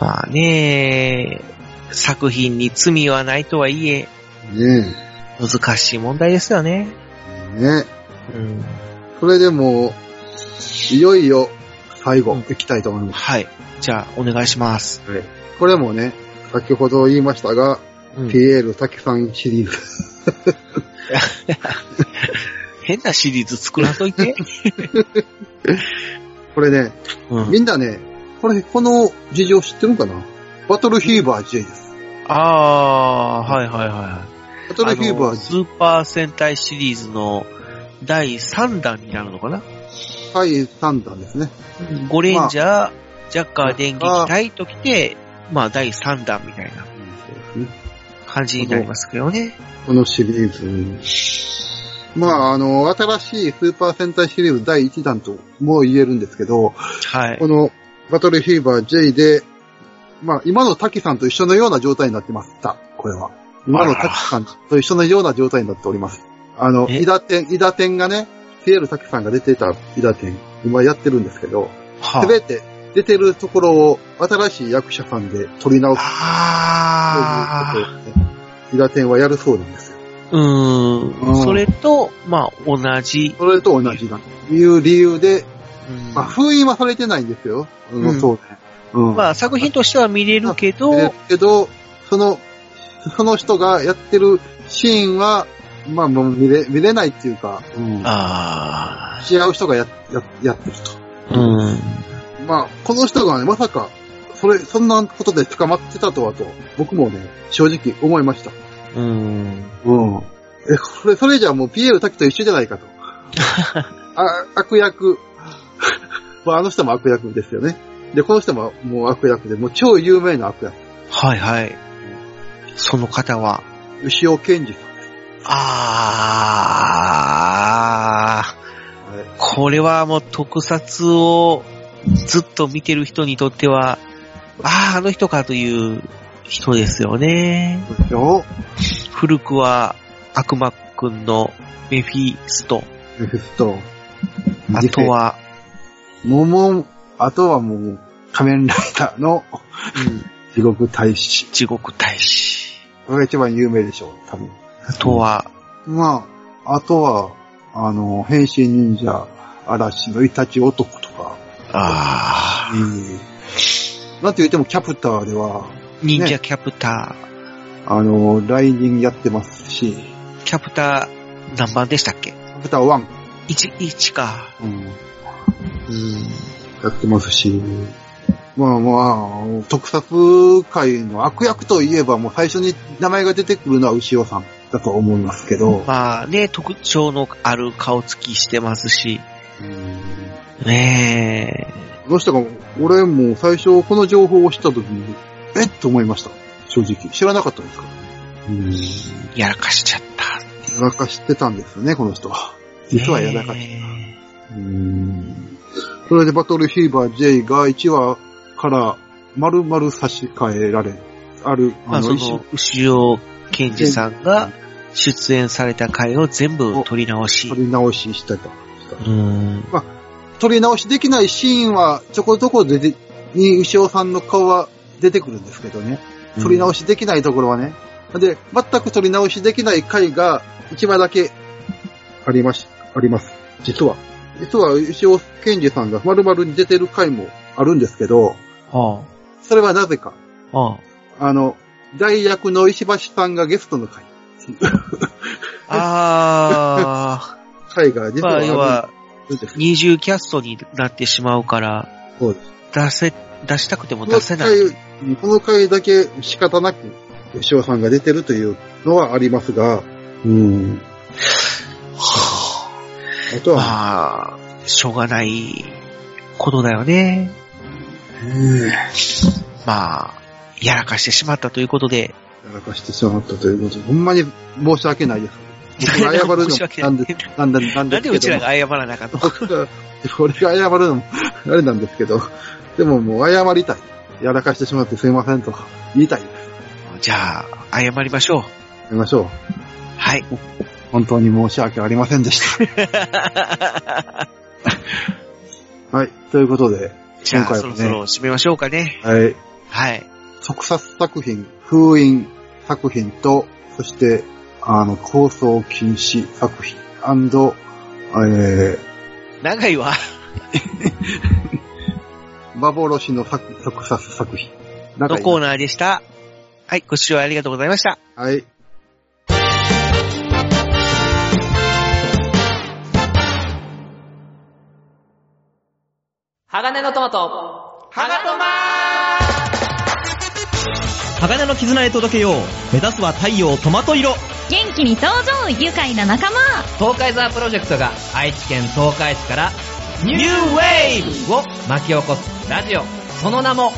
Speaker 3: まあね作品に罪はないとはいえ、
Speaker 1: ね
Speaker 3: 難しい問題ですよね。
Speaker 1: え。ね
Speaker 3: うん。
Speaker 1: え。それでも、いよいよ最後、
Speaker 3: うん
Speaker 1: 行きたいと思います。
Speaker 3: はい。じゃあ、お願いします。
Speaker 1: これもね、先ほど言いましたが、
Speaker 3: うん
Speaker 1: PL 滝さんシリーズ。
Speaker 3: 変なシリーズ作らんとい て。
Speaker 1: これね、
Speaker 3: うん。
Speaker 1: みんなね、これ、この事情知ってるかなバトルフィーバー J です。
Speaker 3: ああー、はいはいは
Speaker 1: バトル
Speaker 3: い。
Speaker 1: フィー
Speaker 3: あ
Speaker 1: バ
Speaker 3: の
Speaker 1: ー
Speaker 3: スーパー戦隊シリーズの第3弾になるのかな
Speaker 1: 第3弾ですね。
Speaker 3: ゴレンジャー、ジャッカー電撃隊ときて、まあ第3弾みたいな感じになりますけどね。
Speaker 1: このシリーズ。まあ、あの、新しいスーパー戦隊シリーズ第1弾とも言えるんですけど、
Speaker 3: はい
Speaker 1: こ。のバトルフィーバー J で、まあ、今の滝さんと一緒のような状態になってました。これは。今の滝さんと一緒のような状態になっております。あの、
Speaker 3: え
Speaker 1: イダテン、イダテンがね、CL 滝さんが出ていたイダテン、今やってるんですけど、
Speaker 3: は
Speaker 1: すべて出てるところを新しい役者さんで取り直すと
Speaker 3: あ
Speaker 1: いう
Speaker 3: あ
Speaker 1: ことで、イダテンはやるそうなんですよ。
Speaker 3: ー、う
Speaker 1: うん
Speaker 3: ん。それと、まあ同じ。
Speaker 1: それと同じだという理由で、
Speaker 3: うん
Speaker 1: まあ、封印はされてないんですよ。うん、
Speaker 3: うん
Speaker 1: そうね。うん。
Speaker 3: まあ作品としては見れるけど、
Speaker 1: ですけど、その、その人がやってるシーンは、まあもう見れ、見れないっていうか、うん、
Speaker 3: あ
Speaker 1: 違う人がや、や、やってる
Speaker 3: あ、うん。
Speaker 1: と。まあ、この人がね、まさか、それ、そんなことで捕まってたとはと、僕もね、正直思いました。
Speaker 3: うん。
Speaker 1: うん。え、それ、それじゃあもう PL 滝と一緒じゃないか と。あ、悪役。 まあ、あの人も悪役ですよね。で、この人ももう悪役で、もう超有名な悪役。
Speaker 3: はいはい。その方は、
Speaker 1: 牛尾健二さん。
Speaker 3: ああ、
Speaker 1: あれ
Speaker 3: これはもう特撮をずっと見てる人にとっては、ああ、あの人かという人ですよね。
Speaker 1: そうでしょ
Speaker 3: 古くは悪魔くんのメフィスト。
Speaker 1: メフィスト。
Speaker 3: あと。は、
Speaker 1: もうもう、あとはもう、仮面ライダーの
Speaker 3: うん、
Speaker 1: 地獄大使。
Speaker 3: 地獄大使。
Speaker 1: これが一番有名でしょう、多分。
Speaker 3: あとは、
Speaker 1: まあ、あとは、あの、変身忍者、嵐のイタチ男とか、
Speaker 3: ああ、
Speaker 1: なんて言ってもキャプターでは、
Speaker 3: 忍者キャプタ
Speaker 1: あの、来人やってますし、
Speaker 3: ー、キャプター何番でしたっけ
Speaker 1: キャプター1、
Speaker 3: ?1、1か。
Speaker 1: うん、
Speaker 3: うん。
Speaker 1: やってますし、まあまあ、特撮界の悪役といえばもう最初に名前が出てくるのは牛尾さんだと思いますけど、
Speaker 3: まあね、特徴のある顔つきしてますし、
Speaker 1: うん
Speaker 3: ねえ。
Speaker 1: どうしたか、俺も最初この情報を知った時に、えっと思いました。正直。知らなかったですからね。うん。
Speaker 3: やらかしちゃった。
Speaker 1: やらかしてたんですよね、この人は。実はやらかして
Speaker 3: ね
Speaker 1: た。うん。それでバトルフィーバー J が1話から丸々差し替えられ、ある、
Speaker 3: えまあそ
Speaker 1: 一
Speaker 3: の、牛尾健二さんが出演された回を全部撮り直し。
Speaker 1: 撮り直ししたと。
Speaker 3: うん。
Speaker 1: 撮り直しできないシーンはちょこちょこ出て、に牛尾さんの顔は出てくるんですけどね。撮り直しできないところはね。で、全く撮り直しできない回が一枚だけありまし、あります。実は。実は、石尾健二さんが丸々に出てる回もあるんですけど、
Speaker 3: あ
Speaker 1: それはなぜか。
Speaker 3: あ、あ
Speaker 1: あの、大役の石橋さんがゲストの回。
Speaker 3: あ。あ
Speaker 1: 回が
Speaker 3: あ、
Speaker 1: 実
Speaker 3: ま
Speaker 1: は
Speaker 3: あ、要
Speaker 1: あ
Speaker 3: は、
Speaker 1: るんです。
Speaker 3: 二重キャストになってしまうから、
Speaker 1: そうです。
Speaker 3: 出せ、出したくても
Speaker 1: こ
Speaker 3: 出
Speaker 1: の
Speaker 3: せない。
Speaker 1: 回、この回だけ仕方なく、吉尾さんが出てるというのはありますが、うん。あとは、
Speaker 3: まあ、しょうがないことだよね。
Speaker 1: うん
Speaker 3: まあ、やらかしてしまったということで、
Speaker 1: やらかしてしまったということで、ほんまに申し訳ないです。僕が謝るのも
Speaker 3: 申し 訳な
Speaker 1: ないんで、なんで、なんで
Speaker 3: なんでう
Speaker 1: す
Speaker 3: ち
Speaker 1: けど
Speaker 3: らが謝らなあかったの
Speaker 1: 僕が、俺が謝るのも、あれなんですけど、でももう謝りたい。やらかしてしまってすいませんと言いたいです。
Speaker 3: じゃあ、謝りましょう。
Speaker 1: やりましょう。
Speaker 3: はい。
Speaker 1: 本当に申し訳ありませんでした。はい。ということで、
Speaker 3: じゃ
Speaker 1: 今
Speaker 3: あ、
Speaker 1: 回
Speaker 3: そ
Speaker 1: も
Speaker 3: ろ
Speaker 1: ね
Speaker 3: そろ締めましょうかね。
Speaker 1: はい。
Speaker 3: はい。
Speaker 1: 特撮作品、封印作品と、そして、あの、構想禁止作品、え
Speaker 3: 長いわ。
Speaker 1: ー、幻の作特撮作品。
Speaker 3: のコーナーでした。はい、ご視聴ありがとうございました。
Speaker 1: はい。
Speaker 6: 鋼のトマト。ハガトマ
Speaker 5: 鋼の絆へ届けよう。目指すは太陽トマト色。
Speaker 7: 元気に登場愉快な仲間
Speaker 8: 東海ザープロジェクトが愛知県東海市からニューウェイブを巻き起こすラジオ。その名も、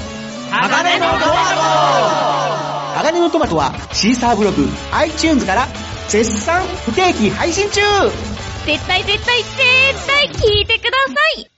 Speaker 8: 鋼のドア
Speaker 5: 鋼のトマトはシーサーブログ、iTunes から絶賛不定期配信中
Speaker 7: 絶対絶対絶対聞いてください